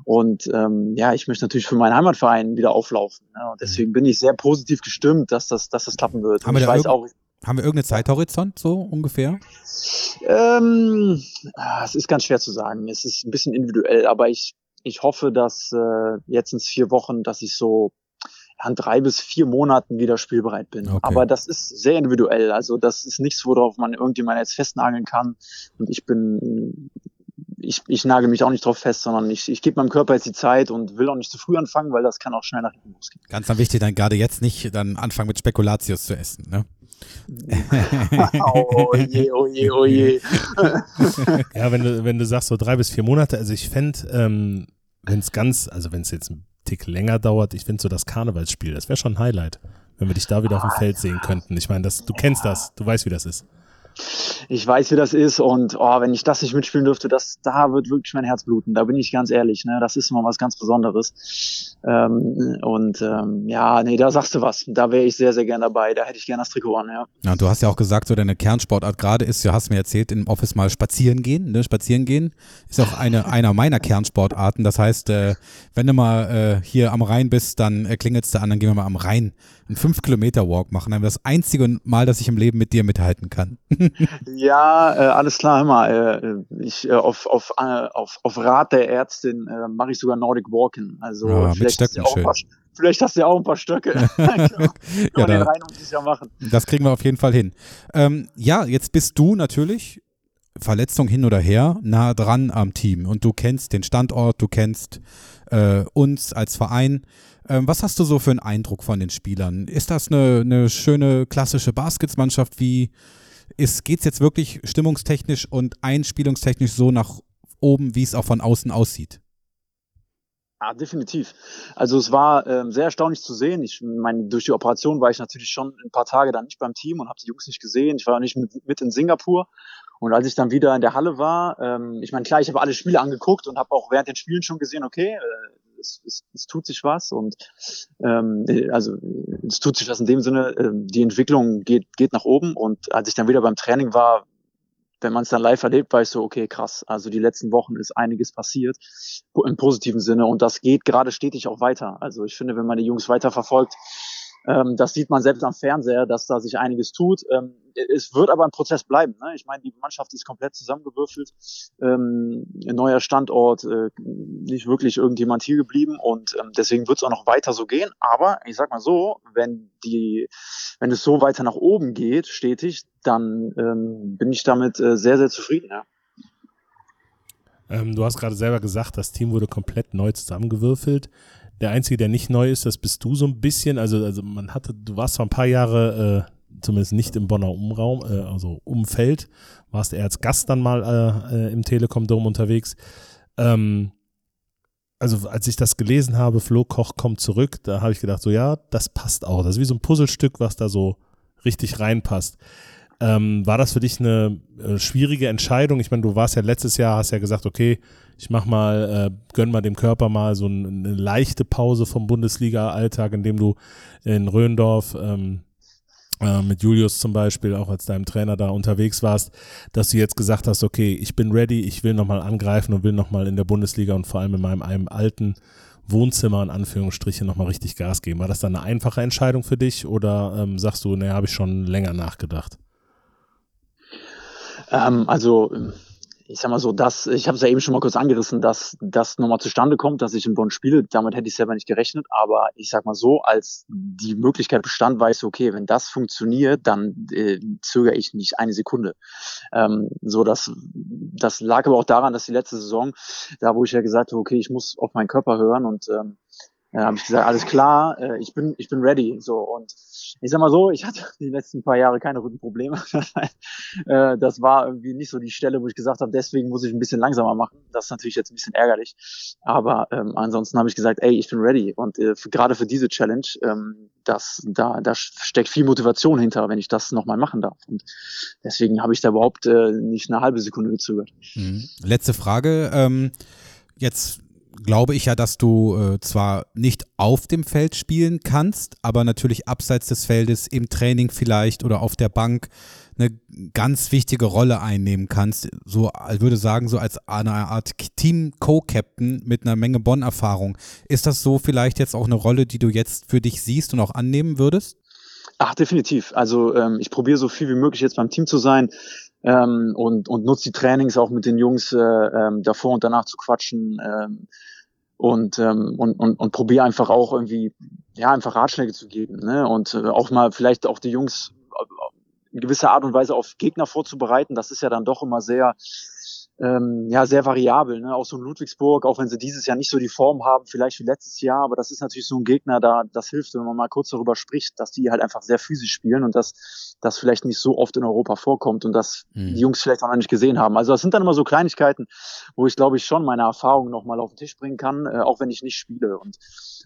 Speaker 5: Und ähm, ja, ich möchte natürlich für meinen Heimatverein wieder auflaufen. Ne? Und deswegen bin ich sehr positiv gestimmt, dass das, dass das klappen wird.
Speaker 1: Haben wir
Speaker 5: Und ich
Speaker 1: da
Speaker 5: weiß
Speaker 1: irgend-
Speaker 5: auch,
Speaker 1: Haben wir irgendeinen Zeithorizont so ungefähr?
Speaker 5: ähm, ah, es ist ganz schwer zu sagen. Es ist ein bisschen individuell, aber ich, ich hoffe, dass äh, jetzt in vier Wochen, dass ich so an drei bis vier Monaten wieder spielbereit bin.
Speaker 1: Okay.
Speaker 5: Aber das ist sehr individuell. Also das ist nichts, worauf man irgendjemand jetzt festnageln kann. Und ich bin, ich, ich nagel mich auch nicht drauf fest, sondern ich, ich gebe meinem Körper jetzt die Zeit und will auch nicht zu früh anfangen, weil das kann auch schnell nach hinten losgehen.
Speaker 1: *laughs* Ganz dann wichtig, dann gerade jetzt nicht dann anfangen mit Spekulatius zu essen, ne?
Speaker 5: *laughs* oh je, oh je, oh je.
Speaker 2: *laughs* Ja, wenn du, wenn du sagst, so drei bis vier Monate, also ich fänd, ähm, wenn es ganz, also wenn es jetzt ein Tick länger dauert, ich find so das Karnevalsspiel, das wäre schon ein Highlight, wenn wir dich da wieder auf dem Feld sehen könnten. Ich meine, das, du kennst das, du weißt, wie das ist.
Speaker 5: Ich weiß, wie das ist und oh, wenn ich das nicht mitspielen dürfte, das, da wird wirklich mein Herz bluten. Da bin ich ganz ehrlich. Ne? Das ist immer was ganz Besonderes. Ähm, und ähm, ja, nee, da sagst du was. Da wäre ich sehr, sehr gern dabei. Da hätte ich gern das Trikot an. Ja.
Speaker 1: Ja, und du hast ja auch gesagt, so deine Kernsportart gerade ist, du hast mir erzählt, im Office mal spazieren gehen. Ne? Spazieren gehen ist auch eine einer meiner Kernsportarten. Das heißt, äh, wenn du mal äh, hier am Rhein bist, dann äh, klingelst du an, dann gehen wir mal am Rhein einen 5-Kilometer-Walk machen. Dann wäre das einzige Mal, dass ich im Leben mit dir mithalten kann.
Speaker 5: Ja, äh, alles klar, hör mal. Äh, ich, äh, auf, auf, äh, auf, auf Rat der Ärztin äh, mache ich sogar Nordic Walking. Also
Speaker 1: Ah, mit
Speaker 5: vielleicht, hast du
Speaker 1: Stöcken,
Speaker 5: ja auch ein paar, vielleicht hast du ja auch ein
Speaker 1: *laughs*
Speaker 5: paar Stöcke. *laughs* Kann
Speaker 1: Ja,
Speaker 5: man den
Speaker 1: da,
Speaker 5: rein und sicher machen.
Speaker 1: das kriegen wir auf jeden Fall hin. Ähm, ja, jetzt bist du natürlich Verletzung hin oder her nah dran am Team und du kennst den Standort, du kennst äh, uns als Verein. Ähm, was hast du so für einen Eindruck von den Spielern? Ist das eine, eine schöne klassische Basketsmannschaft? Wie ist geht's jetzt wirklich stimmungstechnisch und einspielungstechnisch so nach oben, wie es auch von außen aussieht?
Speaker 5: Ja, definitiv. Also es war ähm, sehr erstaunlich zu sehen. Ich meine, durch die Operation war ich natürlich schon ein paar Tage dann nicht beim Team und habe die Jungs nicht gesehen. Ich war nicht mit, mit in Singapur. Und als ich dann wieder in der Halle war, ähm, ich meine, klar, ich habe alle Spiele angeguckt und habe auch während den Spielen schon gesehen, okay, äh, es, es, es tut sich was und ähm, also es tut sich was in dem Sinne, äh, die Entwicklung geht, geht nach oben. Und als ich dann wieder beim Training war, wenn man es dann live erlebt, war ich so, okay, krass. Also die letzten Wochen ist einiges passiert im positiven Sinne und das geht gerade stetig auch weiter. Also ich finde, wenn man die Jungs weiter verfolgt, ähm, das sieht man selbst am Fernseher, dass da sich einiges tut. Ähm, es wird aber ein Prozess bleiben. Ne? Ich meine, die Mannschaft ist komplett zusammengewürfelt, ähm, ein neuer Standort, äh, nicht wirklich irgendjemand hier geblieben und ähm, deswegen wird es auch noch weiter so gehen. Aber ich sag mal so, wenn die, wenn es so weiter nach oben geht, stetig, dann bin ich damit äh, sehr, sehr zufrieden. Ja.
Speaker 2: Ähm, du hast gerade selber gesagt, das Team wurde komplett neu zusammengewürfelt. Der Einzige, der nicht neu ist, das bist du so ein bisschen. Also, also man hatte, du warst vor ein paar Jahre äh, zumindest nicht im Bonner Umraum, äh, also Umfeld, warst eher als Gast dann mal äh, im Telekom-Dom unterwegs. Ähm, also als ich das gelesen habe, Flo Koch kommt zurück, da habe ich gedacht, so ja, das passt auch. Das ist wie so ein Puzzlestück, was da so richtig reinpasst. Ähm, war das für dich eine äh, schwierige Entscheidung? Ich meine, du warst ja letztes Jahr, hast ja gesagt, okay, ich mach mal, äh, gönn mal dem Körper mal so ein, eine leichte Pause vom Bundesliga-Alltag, indem du in Röndorf ähm, äh, mit Julius zum Beispiel auch als deinem Trainer da unterwegs warst, dass du jetzt gesagt hast, okay, ich bin ready, ich will nochmal angreifen und will nochmal in der Bundesliga und vor allem in meinem einem alten Wohnzimmer in Anführungsstrichen nochmal richtig Gas geben. War das dann eine einfache Entscheidung für dich oder ähm, sagst du, naja, habe ich schon länger nachgedacht?
Speaker 5: Ähm, also ich sag mal so, dass ich habe es ja eben schon mal kurz angerissen, dass das nochmal zustande kommt, dass ich in Bonn spiele. Damit hätte ich selber nicht gerechnet, aber ich sag mal so, als die Möglichkeit bestand, war ich so, okay, wenn das funktioniert, dann äh, zögere ich nicht eine Sekunde. Ähm, so, das, das lag aber auch daran, dass die letzte Saison, da wo ich ja gesagt habe, okay, ich muss auf meinen Körper hören und ähm, äh, habe ich gesagt, alles klar, äh, ich bin ich bin ready. So und ich sag mal so, ich hatte die letzten paar Jahre keine Rückenprobleme. *laughs* äh, das war irgendwie nicht so die Stelle, wo ich gesagt habe, deswegen muss ich ein bisschen langsamer machen. Das ist natürlich jetzt ein bisschen ärgerlich, aber ähm, ansonsten habe ich gesagt, ey, ich bin ready und äh, gerade für diese Challenge, ähm, das da da steckt viel Motivation hinter, wenn ich das nochmal machen darf. Und deswegen habe ich da überhaupt äh, nicht eine halbe Sekunde gezögert.
Speaker 1: Mhm. Letzte Frage. Ähm, jetzt glaube ich ja, dass du äh, zwar nicht auf dem Feld spielen kannst, aber natürlich abseits des Feldes im Training vielleicht oder auf der Bank eine ganz wichtige Rolle einnehmen kannst. So, ich würde sagen, so als eine Art Team-Co-Captain mit einer Menge Bonn-Erfahrung. Ist das so vielleicht jetzt auch eine Rolle, die du jetzt für dich siehst und auch annehmen würdest?
Speaker 5: Ach, definitiv. Also ähm, ich probiere so viel wie möglich jetzt beim Team zu sein. Ähm, und, und nutzt die Trainings auch mit den Jungs äh, ähm, davor und danach zu quatschen ähm, und, ähm, und, und, und probiere einfach auch irgendwie, ja, einfach Ratschläge zu geben ne? und äh, auch mal vielleicht auch die Jungs in gewisser Art und Weise auf Gegner vorzubereiten. Das ist ja dann doch immer sehr, ähm, ja, sehr variabel. Ne? Auch so ein Ludwigsburg, auch wenn sie dieses Jahr nicht so die Form haben, vielleicht wie letztes Jahr, aber das ist natürlich so ein Gegner, da das hilft, wenn man mal kurz darüber spricht, dass die halt einfach sehr physisch spielen und dass das vielleicht nicht so oft in Europa vorkommt und dass mhm. die Jungs vielleicht auch noch nicht gesehen haben. Also das sind dann immer so Kleinigkeiten, wo ich glaube ich schon meine Erfahrungen nochmal auf den Tisch bringen kann, äh, auch wenn ich nicht spiele. Und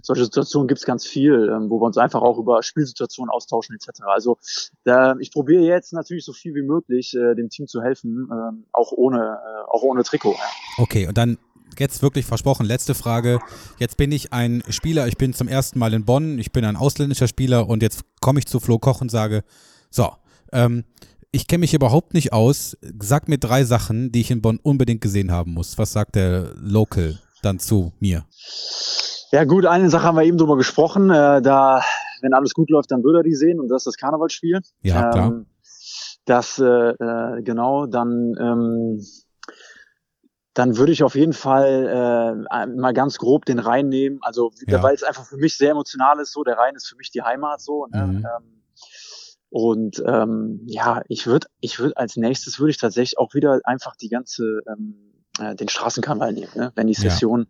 Speaker 5: solche Situationen gibt's ganz viel, ähm, wo wir uns einfach auch über Spielsituationen austauschen etc. Also äh, ich probiere jetzt natürlich so viel wie möglich, äh, dem Team zu helfen, äh, auch ohne äh, auch ohne Trikot.
Speaker 1: Okay, und dann jetzt wirklich versprochen, letzte Frage. Jetzt bin ich ein Spieler, ich bin zum ersten Mal in Bonn, ich bin ein ausländischer Spieler und jetzt komme ich zu Flo Koch und sage, so, ähm, ich kenne mich überhaupt nicht aus, sag mir drei Sachen, die ich in Bonn unbedingt gesehen haben muss. Was sagt der Local dann zu mir?
Speaker 5: Ja gut, eine Sache haben wir eben drüber gesprochen, äh, da, wenn alles gut läuft, dann würde er die sehen und das ist das Karnevalsspiel.
Speaker 1: Ja, klar. Ähm,
Speaker 5: das, äh, genau, dann... Ähm, dann würde ich auf jeden Fall äh, mal ganz grob den Rhein nehmen. Also, ja. weil es einfach für mich sehr emotional ist, so der Rhein ist für mich die Heimat so. Ne? Mhm. Ähm, Und ähm, ja, ich würde, ich würde als nächstes würde ich tatsächlich auch wieder einfach die ganze ähm, äh, den Straßenkanal nehmen, ne? wenn die
Speaker 1: Ja.
Speaker 5: Session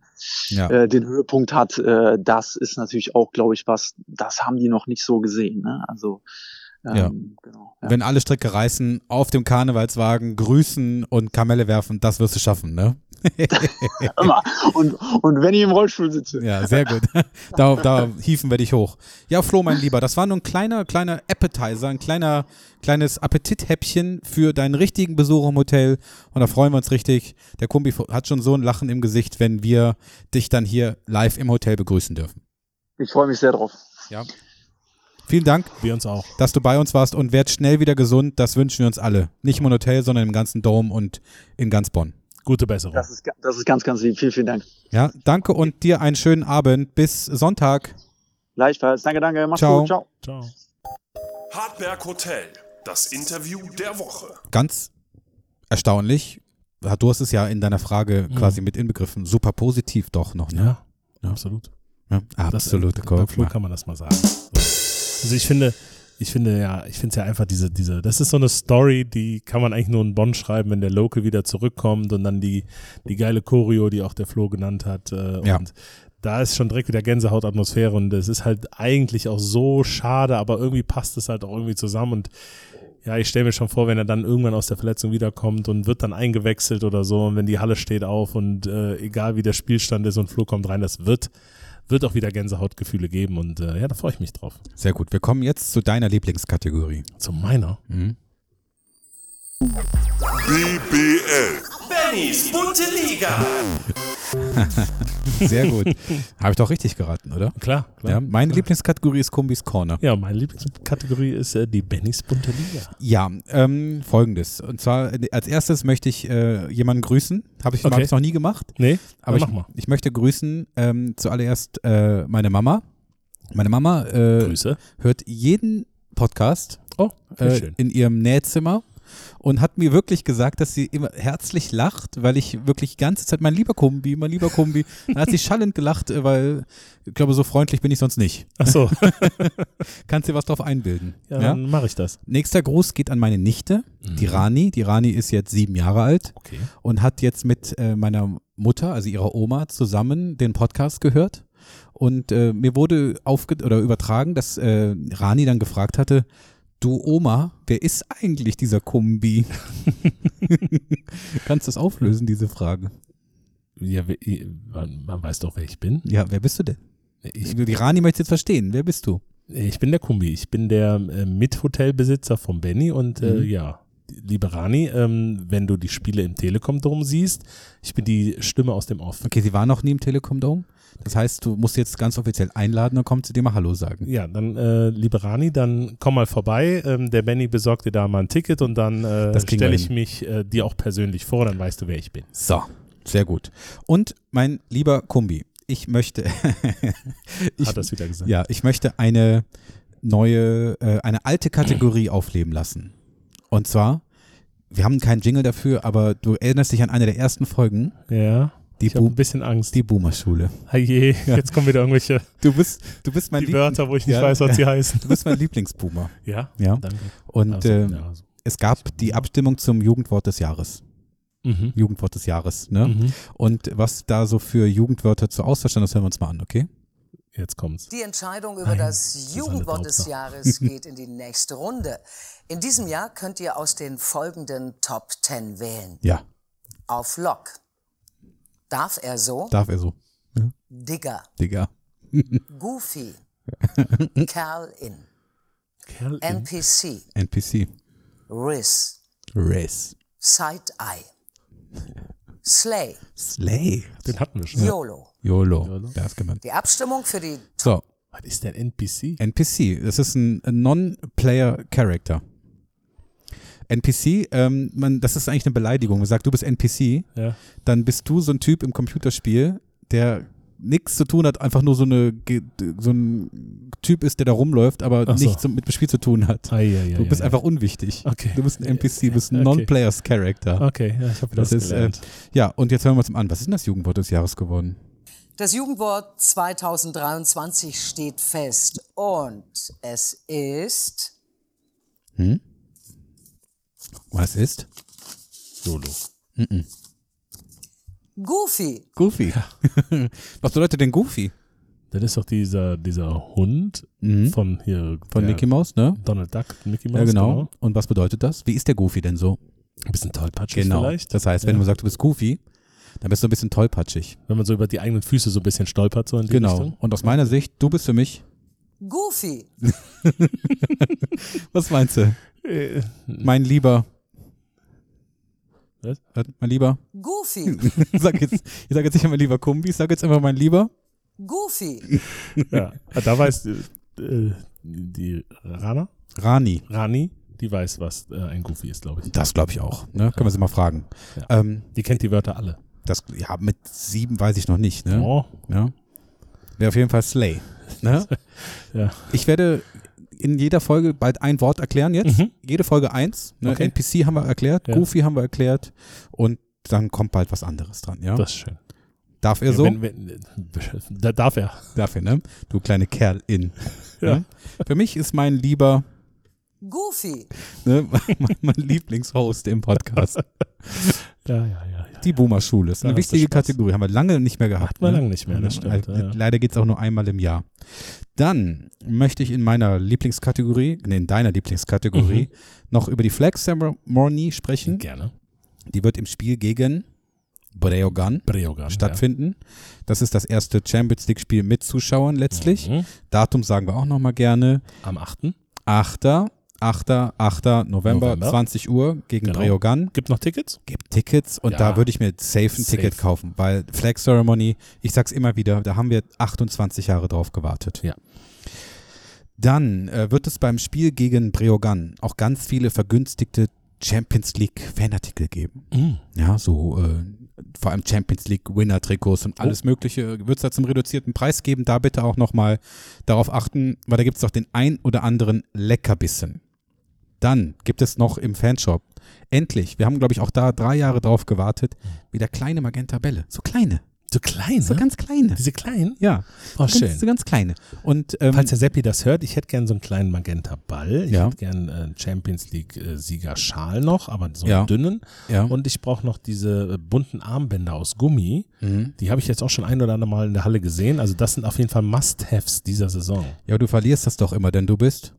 Speaker 1: Ja.
Speaker 5: Äh, den Höhepunkt hat. Äh, das ist natürlich auch, glaube ich, was. Das haben die noch nicht so gesehen. Ne? Also ähm,
Speaker 1: Ja.
Speaker 5: genau. Ja.
Speaker 1: Wenn alle Stricke reißen, auf dem Karnevalswagen grüßen und Kamelle werfen, das wirst du schaffen, ne?
Speaker 5: Immer. Und, und wenn ich im Rollstuhl sitze.
Speaker 1: Ja, sehr gut. Da, da hiefen wir dich hoch. Ja, Flo, mein Lieber, das war nur ein kleiner, kleiner Appetizer, ein kleiner, kleines Appetithäppchen für deinen richtigen Besuch im Hotel. Und da freuen wir uns richtig. Der Kumbi hat schon so ein Lachen im Gesicht, wenn wir dich dann hier live im Hotel begrüßen dürfen.
Speaker 5: Ich freue mich sehr drauf.
Speaker 1: Ja. Vielen Dank,
Speaker 2: Wir uns auch.
Speaker 1: dass du bei uns warst und werd schnell wieder gesund. Das wünschen wir uns alle. Nicht nur im Hotel, sondern im ganzen Dome und in ganz Bonn.
Speaker 2: Gute Besserung.
Speaker 5: Das ist, ga- das ist ganz, ganz lieb. Vielen, vielen Dank.
Speaker 1: Ja, danke und dir einen schönen Abend. Bis Sonntag.
Speaker 5: Gleichfalls. Danke, danke. Mach's
Speaker 1: Ciao.
Speaker 5: gut. Ciao.
Speaker 2: Ciao.
Speaker 4: Hardberg Hotel. Das Interview der Woche.
Speaker 1: ganz erstaunlich. Ja, Du hast es ja in deiner Frage
Speaker 2: Mhm.
Speaker 1: quasi mit inbegriffen. Super positiv doch noch, ne?
Speaker 2: Ja, absolut.
Speaker 1: Ja, absolut.
Speaker 2: Das, äh,
Speaker 1: guck
Speaker 2: dafür
Speaker 1: mal.
Speaker 2: kann man das mal sagen. Also ich finde, ich finde ja, ich finde es ja einfach diese, diese, das ist so eine Story, die kann man eigentlich nur in Bonn schreiben, wenn der Local wieder zurückkommt und dann die, die geile Choreo, die auch der Flo genannt hat. Äh,
Speaker 1: Ja.
Speaker 2: Und da ist schon direkt wieder Gänsehautatmosphäre und es ist halt eigentlich auch so schade, aber irgendwie passt es halt auch irgendwie zusammen und ja, ich stelle mir schon vor, wenn er dann irgendwann aus der Verletzung wiederkommt und wird dann eingewechselt oder so und wenn die Halle steht auf und äh, egal wie der Spielstand ist und Flo kommt rein, das wird, wird auch wieder Gänsehautgefühle geben und äh, ja, da freue ich mich drauf.
Speaker 1: Sehr gut. Wir kommen jetzt zu deiner
Speaker 2: *laughs*
Speaker 1: Lieblingskategorie.
Speaker 2: Zu meiner.
Speaker 4: BBL. Bennys bunte Liga.
Speaker 1: Sehr gut. Habe ich doch richtig geraten, oder?
Speaker 2: Klar, klar.
Speaker 1: Ja, meine Lieblingskategorie ist Kumbis Corner.
Speaker 2: Ja, meine Lieblingskategorie ist äh, die Bennys bunte Liga.
Speaker 1: Ja, ähm, folgendes. Und zwar äh, als erstes möchte ich äh, jemanden grüßen. Habe ich,
Speaker 2: Okay.
Speaker 1: hab ich noch nie gemacht.
Speaker 2: Nee,
Speaker 1: Aber
Speaker 2: aber
Speaker 1: ich,
Speaker 2: mach mal.
Speaker 1: ich möchte grüßen ähm, zuallererst äh, meine Mama. Meine Mama äh,
Speaker 2: Grüße.
Speaker 1: hört jeden Podcast.
Speaker 2: Oh, sehr
Speaker 1: äh,
Speaker 2: schön.
Speaker 1: in ihrem Nähzimmer und hat mir wirklich gesagt, dass sie immer herzlich lacht, weil ich wirklich die ganze Zeit, mein lieber Kumbi, mein lieber
Speaker 2: *laughs*
Speaker 1: Kumbi, dann hat sie schallend gelacht, äh, weil ich glaube, so freundlich bin ich sonst nicht.
Speaker 2: Ach *laughs* so, ja,
Speaker 1: Kannst dir was drauf einbilden. Ja,
Speaker 2: dann Mhm. mache ich das.
Speaker 1: Nächster Gruß geht an meine Nichte, die Rani. Die Rani ist jetzt sieben Jahre alt
Speaker 2: Okay.
Speaker 1: und hat jetzt mit äh, meiner Mutter, also ihrer Oma, zusammen den Podcast gehört. Und äh, mir wurde aufge oder übertragen, dass äh, Rani dann gefragt hatte, du Oma, wer ist eigentlich dieser Kumbi? *laughs* Kannst du das auflösen, diese Frage?
Speaker 2: Ja, we- i- man, man weiß doch, wer ich bin.
Speaker 1: Ja, wer bist du denn?
Speaker 2: Ich,
Speaker 1: Die Rani möchte jetzt verstehen, wer bist du?
Speaker 2: ich bin der Kumbi. Ich bin der äh, Mithotelbesitzer von Benny und äh, ja, liebe Rani, ähm, wenn du die Spiele im Telekom-Dom siehst, ich bin die Stimme aus dem Off.
Speaker 1: Okay, sie war noch nie im Telekom Dome. Das heißt, du musst jetzt ganz offiziell einladen und kommt zu dir mal Hallo sagen.
Speaker 2: Ja, dann, äh, liebe Rani, dann komm mal vorbei. Ähm, der Benny besorgt dir da mal ein Ticket und dann äh,
Speaker 1: Das kriegen
Speaker 2: stelle
Speaker 1: wir
Speaker 2: ich
Speaker 1: hin.
Speaker 2: mich äh, dir auch persönlich vor, dann weißt du, wer ich bin.
Speaker 1: So, sehr gut. Und mein lieber Kumbi, ich möchte, *laughs* ich,
Speaker 2: Hat das wieder gesagt.
Speaker 1: Ja, ich möchte eine neue, äh, eine alte
Speaker 2: *clears throat*
Speaker 1: Kategorie aufleben lassen. Und zwar, wir haben keinen Jingle dafür, aber du erinnerst dich an eine der ersten Folgen,
Speaker 2: Ja,
Speaker 1: Die
Speaker 2: ich habe
Speaker 1: Bu-
Speaker 2: ein
Speaker 1: *laughs*
Speaker 2: bisschen Angst.
Speaker 1: die Boomer-Schule.
Speaker 2: Haje, jetzt kommen wieder irgendwelche
Speaker 1: Du bist, du bist mein
Speaker 2: die
Speaker 1: Lieb-
Speaker 2: Wörter, wo ich nicht
Speaker 1: Ja.
Speaker 2: weiß,
Speaker 1: *laughs*
Speaker 2: was sie heißen.
Speaker 1: Du bist mein Lieblingsboomer.
Speaker 2: Ja,
Speaker 1: Ja.
Speaker 2: danke.
Speaker 1: Und
Speaker 2: Also,
Speaker 1: äh,
Speaker 2: ja, also.
Speaker 1: es gab die Abstimmung zum Jugendwort des Jahres.
Speaker 2: mhm.
Speaker 1: Jugendwort des Jahres, ne?
Speaker 2: Mhm.
Speaker 1: Und was da so für Jugendwörter zur Auswahl stand, das hören wir uns mal an, okay?
Speaker 2: Jetzt kommt's.
Speaker 6: Die Entscheidung über
Speaker 2: Nein,
Speaker 6: das
Speaker 2: Susanne
Speaker 6: Jugendwort des
Speaker 2: Daubner.
Speaker 6: Jahres geht in die nächste Runde. In diesem Jahr könnt ihr aus den folgenden Top 10 wählen.
Speaker 1: Ja,
Speaker 6: Auf Lock. Darf er so?
Speaker 1: darf er so.
Speaker 6: Digger.
Speaker 1: Digga.
Speaker 6: Goofy. Kerl in.
Speaker 2: Kerl,
Speaker 6: NPC.
Speaker 1: NPC.
Speaker 6: Riz.
Speaker 1: Race.
Speaker 6: Side-Eye. Slay.
Speaker 1: Slay.
Speaker 2: den hatten wir schon.
Speaker 6: YOLO.
Speaker 1: YOLO. Der ist gemeint.
Speaker 6: Die Abstimmung für die
Speaker 1: So,
Speaker 2: Was ist denn NPC?
Speaker 1: NPC. Das ist ein ein Non-Player Character. NPC, ähm, man, das ist eigentlich eine Beleidigung. Man sagt, du bist NPC,
Speaker 2: Ja.
Speaker 1: dann bist du so ein Typ im Computerspiel, der nichts zu tun hat, einfach nur so, eine, ge- so ein Typ ist, der da rumläuft, aber
Speaker 2: Ach so.
Speaker 1: nichts mit dem Spiel zu tun hat.
Speaker 2: Ah, ja, ja,
Speaker 1: Du
Speaker 2: ja,
Speaker 1: bist
Speaker 2: ja.
Speaker 1: einfach unwichtig.
Speaker 2: Okay.
Speaker 1: Du bist ein NPC, du bist ein
Speaker 2: Okay.
Speaker 1: Non-Players Character.
Speaker 2: Okay, ja, ich habe das,
Speaker 1: Das ist, äh,
Speaker 2: gelernt.
Speaker 1: ja, und jetzt hören wir uns an. Was ist denn das Jugendwort des Jahres geworden?
Speaker 6: Das Jugendwort 2023 steht fest und es ist
Speaker 1: Hm? Was ist?
Speaker 2: Solo.
Speaker 6: Goofy.
Speaker 1: Goofy. *laughs* Was bedeutet denn Goofy?
Speaker 2: Das ist doch dieser, dieser Hund
Speaker 1: Mhm.
Speaker 2: von hier.
Speaker 1: Von
Speaker 2: der
Speaker 1: Mickey Mouse, ne?
Speaker 2: Donald Duck, Mickey Mouse.
Speaker 1: Ja, genau. Und was bedeutet das? Wie ist der Goofy denn so?
Speaker 2: Ein bisschen tollpatschig
Speaker 1: Genau.
Speaker 2: vielleicht.
Speaker 1: Das heißt, wenn
Speaker 2: Ja.
Speaker 1: man sagt, du bist Goofy, dann bist du ein bisschen tollpatschig.
Speaker 2: Wenn man so über die eigenen Füße so ein bisschen stolpert, so in
Speaker 1: Genau.
Speaker 2: die
Speaker 1: *laughs*
Speaker 2: Richtung.
Speaker 1: Und aus meiner Sicht, du bist für
Speaker 2: *laughs*
Speaker 1: mich.
Speaker 6: Goofy.
Speaker 1: Was meinst du?
Speaker 2: Äh,
Speaker 1: Mein Lieber.
Speaker 2: Was?
Speaker 1: Mein Lieber. *laughs*
Speaker 6: Goofy.
Speaker 1: sag jetzt, ich sage jetzt nicht mein lieber Kumbi, ich sage jetzt einfach mein Lieber.
Speaker 6: Goofy.
Speaker 2: ja. Ah, Da weiß äh, äh, die Rana,
Speaker 1: Rani.
Speaker 2: Rani, die weiß, was äh, ein Goofy ist, glaube ich.
Speaker 1: Das glaube ich auch. Ne? Können wir sie mal fragen.
Speaker 2: Ja.
Speaker 1: Ähm,
Speaker 2: Die kennt die Wörter alle.
Speaker 1: das, ja, mit sieben weiß ich noch nicht. Ne?
Speaker 2: Oh,
Speaker 1: Ja. Wäre auf jeden Fall Slay. Ne?
Speaker 2: *laughs* Ja.
Speaker 1: Ich werde in jeder Folge bald ein Wort erklären jetzt. Jede Folge eins. Ne?
Speaker 2: Mhm. Okay.
Speaker 1: NPC haben wir erklärt,
Speaker 2: Ja.
Speaker 1: Goofy haben wir erklärt und dann kommt bald was anderes dran. Ja?
Speaker 2: das ist schön.
Speaker 1: Darf er so?
Speaker 2: Wenn, wenn, äh, da darf er.
Speaker 1: Dafür, ne? Du kleine Kerl in.
Speaker 2: Ja.
Speaker 1: Ne? Für mich ist mein lieber,
Speaker 6: Goofy.
Speaker 1: ne, *laughs* mein, mein Lieblingshost im Podcast.
Speaker 2: Ja, ja, ja. ja.
Speaker 1: Die Boomer-Schule ist
Speaker 2: Da
Speaker 1: eine
Speaker 2: hast du
Speaker 1: wichtige
Speaker 2: Spaß.
Speaker 1: Kategorie. Haben wir lange nicht mehr gehabt.
Speaker 2: Hat man
Speaker 1: ne?
Speaker 2: lange nicht mehr, das stimmt. Ja, ja.
Speaker 1: Leider geht es auch nur einmal im Jahr. Dann möchte ich in meiner Lieblingskategorie, nee, in deiner Lieblingskategorie, noch über die Flag Ceremony sprechen.
Speaker 2: Mhm. Gerne.
Speaker 1: Die wird im Spiel gegen Breogan
Speaker 2: Breogan.
Speaker 1: stattfinden. Das ist das erste Champions League-Spiel mit Zuschauern letztlich.
Speaker 2: Ja. Mhm.
Speaker 1: Datum sagen wir auch nochmal gerne.
Speaker 2: Am 8.
Speaker 1: 8. 8. 8. November,
Speaker 2: November.
Speaker 1: 20 Uhr gegen
Speaker 2: Genau.
Speaker 1: Breogan.
Speaker 2: Gibt noch Tickets?
Speaker 1: Gibt Tickets und
Speaker 2: Ja.
Speaker 1: da würde ich mir safe ein
Speaker 2: Safe.
Speaker 1: Ticket kaufen, weil Flag Ceremony, ich sag's immer wieder, da haben wir 28 Jahre drauf gewartet.
Speaker 2: Ja.
Speaker 1: Dann äh, wird es beim Spiel gegen Breogan auch ganz viele vergünstigte Champions League Fanartikel geben.
Speaker 2: Mhm.
Speaker 1: Ja, so äh, vor allem Champions League Winner Trikots und alles
Speaker 2: Oh.
Speaker 1: Mögliche wird es da zum reduzierten Preis geben. Da bitte auch nochmal darauf achten, weil da gibt's doch den ein oder anderen Leckerbissen. Dann gibt es noch im Fanshop, endlich, wir haben glaube ich auch da drei Jahre drauf gewartet, wieder kleine Magenta-Bälle. So kleine,
Speaker 2: So klein,
Speaker 1: so
Speaker 2: ne?
Speaker 1: ganz kleine.
Speaker 2: Diese kleinen?
Speaker 1: Ja,
Speaker 2: Oh,
Speaker 1: so
Speaker 2: schön.
Speaker 1: ganz, so ganz kleine. Und ähm,
Speaker 2: Falls der Seppi das hört, ich hätte gern so einen kleinen Magenta-Ball. Ich
Speaker 1: Ja.
Speaker 2: hätte gern einen Champions League-Sieger-Schal noch, aber so einen
Speaker 1: Ja.
Speaker 2: dünnen.
Speaker 1: Ja.
Speaker 2: Und ich brauche noch diese äh, bunten Armbänder aus Gummi.
Speaker 1: Mhm.
Speaker 2: Die habe ich jetzt auch schon ein oder andere Mal in der Halle gesehen. Also das sind auf jeden Fall Must-Haves dieser Saison.
Speaker 1: ja, du verlierst das doch immer, denn du bist,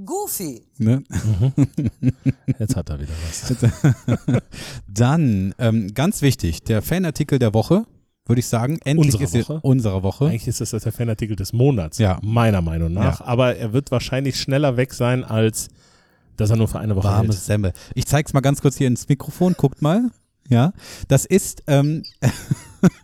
Speaker 6: Goofy.
Speaker 1: ne?
Speaker 2: Jetzt hat er wieder
Speaker 1: *laughs*
Speaker 2: was.
Speaker 1: Dann, ähm, ganz wichtig, der Fanartikel der Woche, würde ich sagen, endlich
Speaker 2: Unserer
Speaker 1: ist er-
Speaker 2: Woche?
Speaker 1: unsere Woche.
Speaker 2: Eigentlich ist das der Fanartikel des Monats,
Speaker 1: Ja.
Speaker 2: meiner Meinung nach. Aber er wird wahrscheinlich schneller weg sein, als dass er nur für eine Woche
Speaker 1: Warme
Speaker 2: hält.
Speaker 1: Semmel. Ich zeig's mal ganz kurz hier ins Mikrofon, guckt mal. Ja, das ist, ähm, *laughs*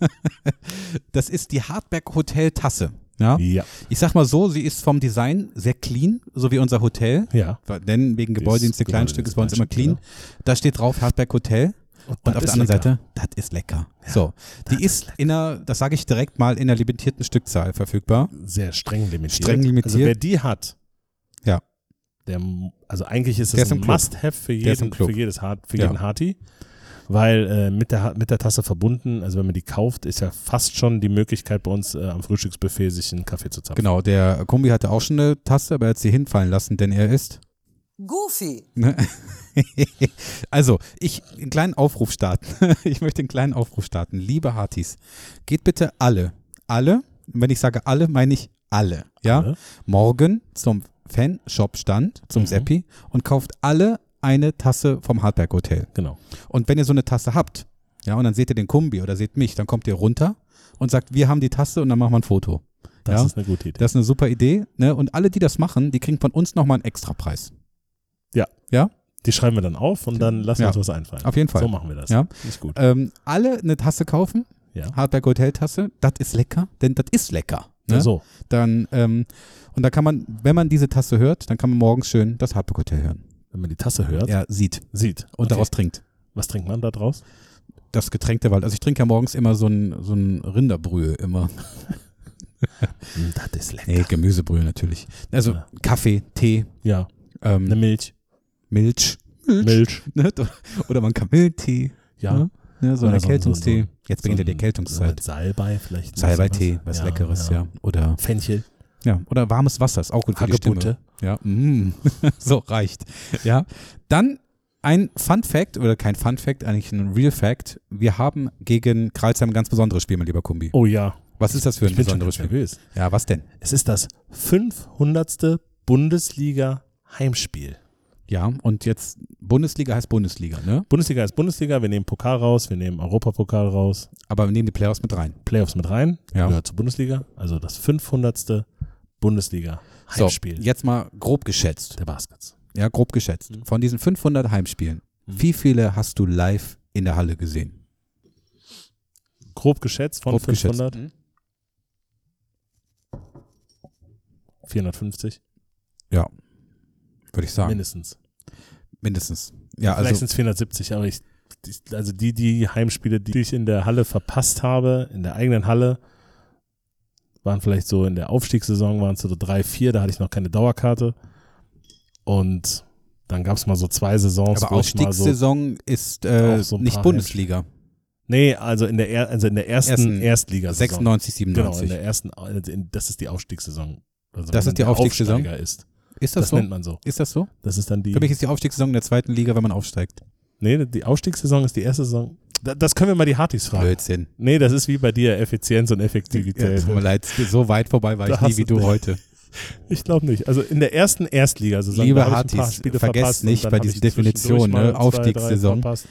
Speaker 1: das ist die Hartberg Hotel Tasse. Ja?
Speaker 2: Ja.
Speaker 1: Ich sag mal so, sie ist vom Design sehr clean, so wie unser Hotel.
Speaker 2: Ja.
Speaker 1: Weil- Denn wegen Gebäudedienst, der
Speaker 2: Gebäude-
Speaker 1: Kleinstück ist bei uns
Speaker 2: genau das
Speaker 1: immer clean.
Speaker 2: Kleinstück,
Speaker 1: Da steht drauf Hartberg Hotel. Und
Speaker 2: das
Speaker 1: auf der
Speaker 2: ist
Speaker 1: anderen
Speaker 2: lecker.
Speaker 1: Seite, das ist lecker. so, die ist in einer, das sage ich direkt mal, in einer limitierten Stückzahl verfügbar.
Speaker 2: sehr streng limitiert.
Speaker 1: Streng limitiert.
Speaker 2: Also wer die hat,
Speaker 1: Ja.
Speaker 2: der, m- also eigentlich ist
Speaker 1: Der
Speaker 2: das
Speaker 1: ist im
Speaker 2: ein
Speaker 1: Club.
Speaker 2: Must-Have für,
Speaker 1: Der ist im
Speaker 2: jeden,
Speaker 1: Club.
Speaker 2: für, jedes Hard, für
Speaker 1: Ja.
Speaker 2: jeden Harty, weil äh, mit, der, Ha- mit der Tasse verbunden, also wenn man die kauft, ist ja fast schon die Möglichkeit bei uns äh, am Frühstücksbuffet sich einen Kaffee zu zapfen.
Speaker 1: Genau, der Kombi hatte auch schon eine Tasse, aber er hat sie hinfallen lassen, denn er ist.
Speaker 6: Goofy.
Speaker 1: Ne? also, ich einen kleinen Aufruf starten. *laughs* Ich möchte einen kleinen Aufruf starten. Liebe Hartis, geht bitte alle, alle, und wenn ich sage alle, meine ich alle, ja,
Speaker 2: Alle?
Speaker 1: morgen zum Fanshop-Stand, zum Seppi und kauft alle eine Tasse vom Hardberg Hotel.
Speaker 2: Genau.
Speaker 1: Und wenn ihr so eine Tasse habt, ja, und dann seht ihr den Kumbi oder seht mich, dann kommt ihr runter und sagt, wir haben die Tasse und dann machen wir ein Foto.
Speaker 2: Das
Speaker 1: ja?
Speaker 2: ist eine gute Idee.
Speaker 1: Das ist eine super Idee. Ne? Und alle, die das machen, die kriegen von uns nochmal einen Extrapreis.
Speaker 2: Ja.
Speaker 1: Ja?
Speaker 2: die schreiben wir dann auf und dann lassen wir
Speaker 1: Ja.
Speaker 2: uns was einfallen.
Speaker 1: Auf jeden Fall.
Speaker 2: So machen wir das.
Speaker 1: Ja.
Speaker 2: Ist gut.
Speaker 1: Ähm, alle eine Tasse kaufen,
Speaker 2: Ja.
Speaker 1: Hardback Hotel Tasse, das ist lecker, denn das ist lecker. Ne?
Speaker 2: Ja, so.
Speaker 1: Dann, ähm, und da kann man, wenn man diese Tasse hört, dann kann man morgens schön das Hardback Hotel hören.
Speaker 2: Wenn man die Tasse hört,
Speaker 1: Ja, sieht.
Speaker 2: sieht.
Speaker 1: Und
Speaker 2: Okay.
Speaker 1: daraus trinkt.
Speaker 2: was trinkt man da draus?
Speaker 1: Das Getränk der Wahl. Also ich trinke ja morgens immer so ein, so ein Rinderbrühe immer.
Speaker 2: Hm, *laughs* Das ist lecker.
Speaker 1: Nee, Gemüsebrühe natürlich. Also
Speaker 2: Ja.
Speaker 1: Kaffee, Tee,
Speaker 2: Ja, eine
Speaker 1: ähm,
Speaker 2: Milch.
Speaker 1: Milch.
Speaker 2: Milch.
Speaker 1: *laughs* Ne? Oder man kann Milchtee.
Speaker 2: Ja.
Speaker 1: Ne? So ein
Speaker 2: Oder so ein-
Speaker 1: Erkältungstee.
Speaker 2: so ein-
Speaker 1: Jetzt beginnt ja die
Speaker 2: ein-
Speaker 1: Erkältungszeit.
Speaker 2: So ein Salbei vielleicht. ein bisschen
Speaker 1: Salbeitee, was Leckeres, ja. Oder
Speaker 2: Fenchel.
Speaker 1: Ja, oder warmes Wasser ist auch gut für
Speaker 2: Hagebutte.
Speaker 1: die Stimme. Ja, mm. *laughs* so reicht. Ja, dann ein Fun Fact oder kein Fun Fact, eigentlich ein Real Fact. Wir haben gegen Kreuzheim ein ganz besonderes Spiel, mein lieber Kumbi.
Speaker 2: Oh ja.
Speaker 1: Was ist das für ein
Speaker 2: Ich bin schon
Speaker 1: besonderes
Speaker 2: ganz
Speaker 1: Spiel?
Speaker 2: nervös.
Speaker 1: Ja, was denn?
Speaker 2: Es ist das 500. Bundesliga-Heimspiel.
Speaker 1: Ja, und jetzt Bundesliga heißt Bundesliga, ne?
Speaker 2: Bundesliga ist Bundesliga, wir nehmen Pokal raus, wir nehmen Europapokal raus,
Speaker 1: Aber wir nehmen die Playoffs mit rein.
Speaker 2: Playoffs mit rein,
Speaker 1: Ja.
Speaker 2: gehört zur Bundesliga, also das 500.
Speaker 1: So,
Speaker 2: Bundesliga-Heimspiel
Speaker 1: jetzt mal grob geschätzt.
Speaker 2: der Baskets. Mhm.
Speaker 1: Ja, grob geschätzt. Von diesen 500 Heimspielen, wie viele hast du live in der Halle gesehen?
Speaker 2: Grob geschätzt von
Speaker 1: Grob
Speaker 2: 500,
Speaker 1: geschätzt.
Speaker 2: 450
Speaker 1: Ja, würde ich sagen.
Speaker 2: mindestens.
Speaker 1: Mindestens. Ja,
Speaker 2: Vielleicht
Speaker 1: also
Speaker 2: sind es 470, aber ich, ich, also die, die Heimspiele, die ich in der Halle verpasst habe, in der eigenen Halle, waren vielleicht so in der Aufstiegssaison, waren es so drei, vier, da hatte ich noch keine Dauerkarte. Und dann gab es mal so zwei Saisons,
Speaker 1: aber
Speaker 2: wo ich mal so.
Speaker 1: Aufstiegssaison ist äh,
Speaker 2: Auch so ein
Speaker 1: nicht
Speaker 2: paar
Speaker 1: Bundesliga.
Speaker 2: Nee, also in der, er, also in der ersten,
Speaker 1: Ersten-
Speaker 2: Erstligasaison.
Speaker 1: 96,
Speaker 2: Genau,
Speaker 1: 97.
Speaker 2: in der ersten, in, das ist die Aufstiegssaison. Also
Speaker 1: Das
Speaker 2: wenn
Speaker 1: ist
Speaker 2: dann
Speaker 1: die
Speaker 2: der
Speaker 1: Aufstiegssaison?
Speaker 2: Aufsteiger Ist.
Speaker 1: ist das,
Speaker 2: Das
Speaker 1: so?
Speaker 2: nennt man so.
Speaker 1: Ist das so?
Speaker 2: Das ist dann die.
Speaker 1: Für mich ist die Aufstiegssaison in der zweiten Liga, wenn man aufsteigt.
Speaker 2: nee, die Aufstiegssaison ist die erste Saison. Da, das können wir mal die Hartis fragen.
Speaker 1: Blödsinn.
Speaker 2: Nee, das ist wie bei dir, Effizienz und
Speaker 1: Ja,
Speaker 2: Effektivität.
Speaker 1: tut mir leid, so weit vorbei war
Speaker 2: Da
Speaker 1: ich nie
Speaker 2: hast
Speaker 1: wie
Speaker 2: du-
Speaker 1: du heute.
Speaker 2: ich glaube nicht. Also in der ersten Erstligasaison.
Speaker 1: Liebe
Speaker 2: da hab ich ein paar
Speaker 1: Hartis,
Speaker 2: Spiele
Speaker 1: vergesst
Speaker 2: verpasst und
Speaker 1: nicht
Speaker 2: dann
Speaker 1: bei
Speaker 2: hab ich
Speaker 1: diesen Definitionen,
Speaker 2: zwischendurch
Speaker 1: ne?
Speaker 2: mal zwei, drei
Speaker 1: Aufstiegssaison.
Speaker 2: verpasst.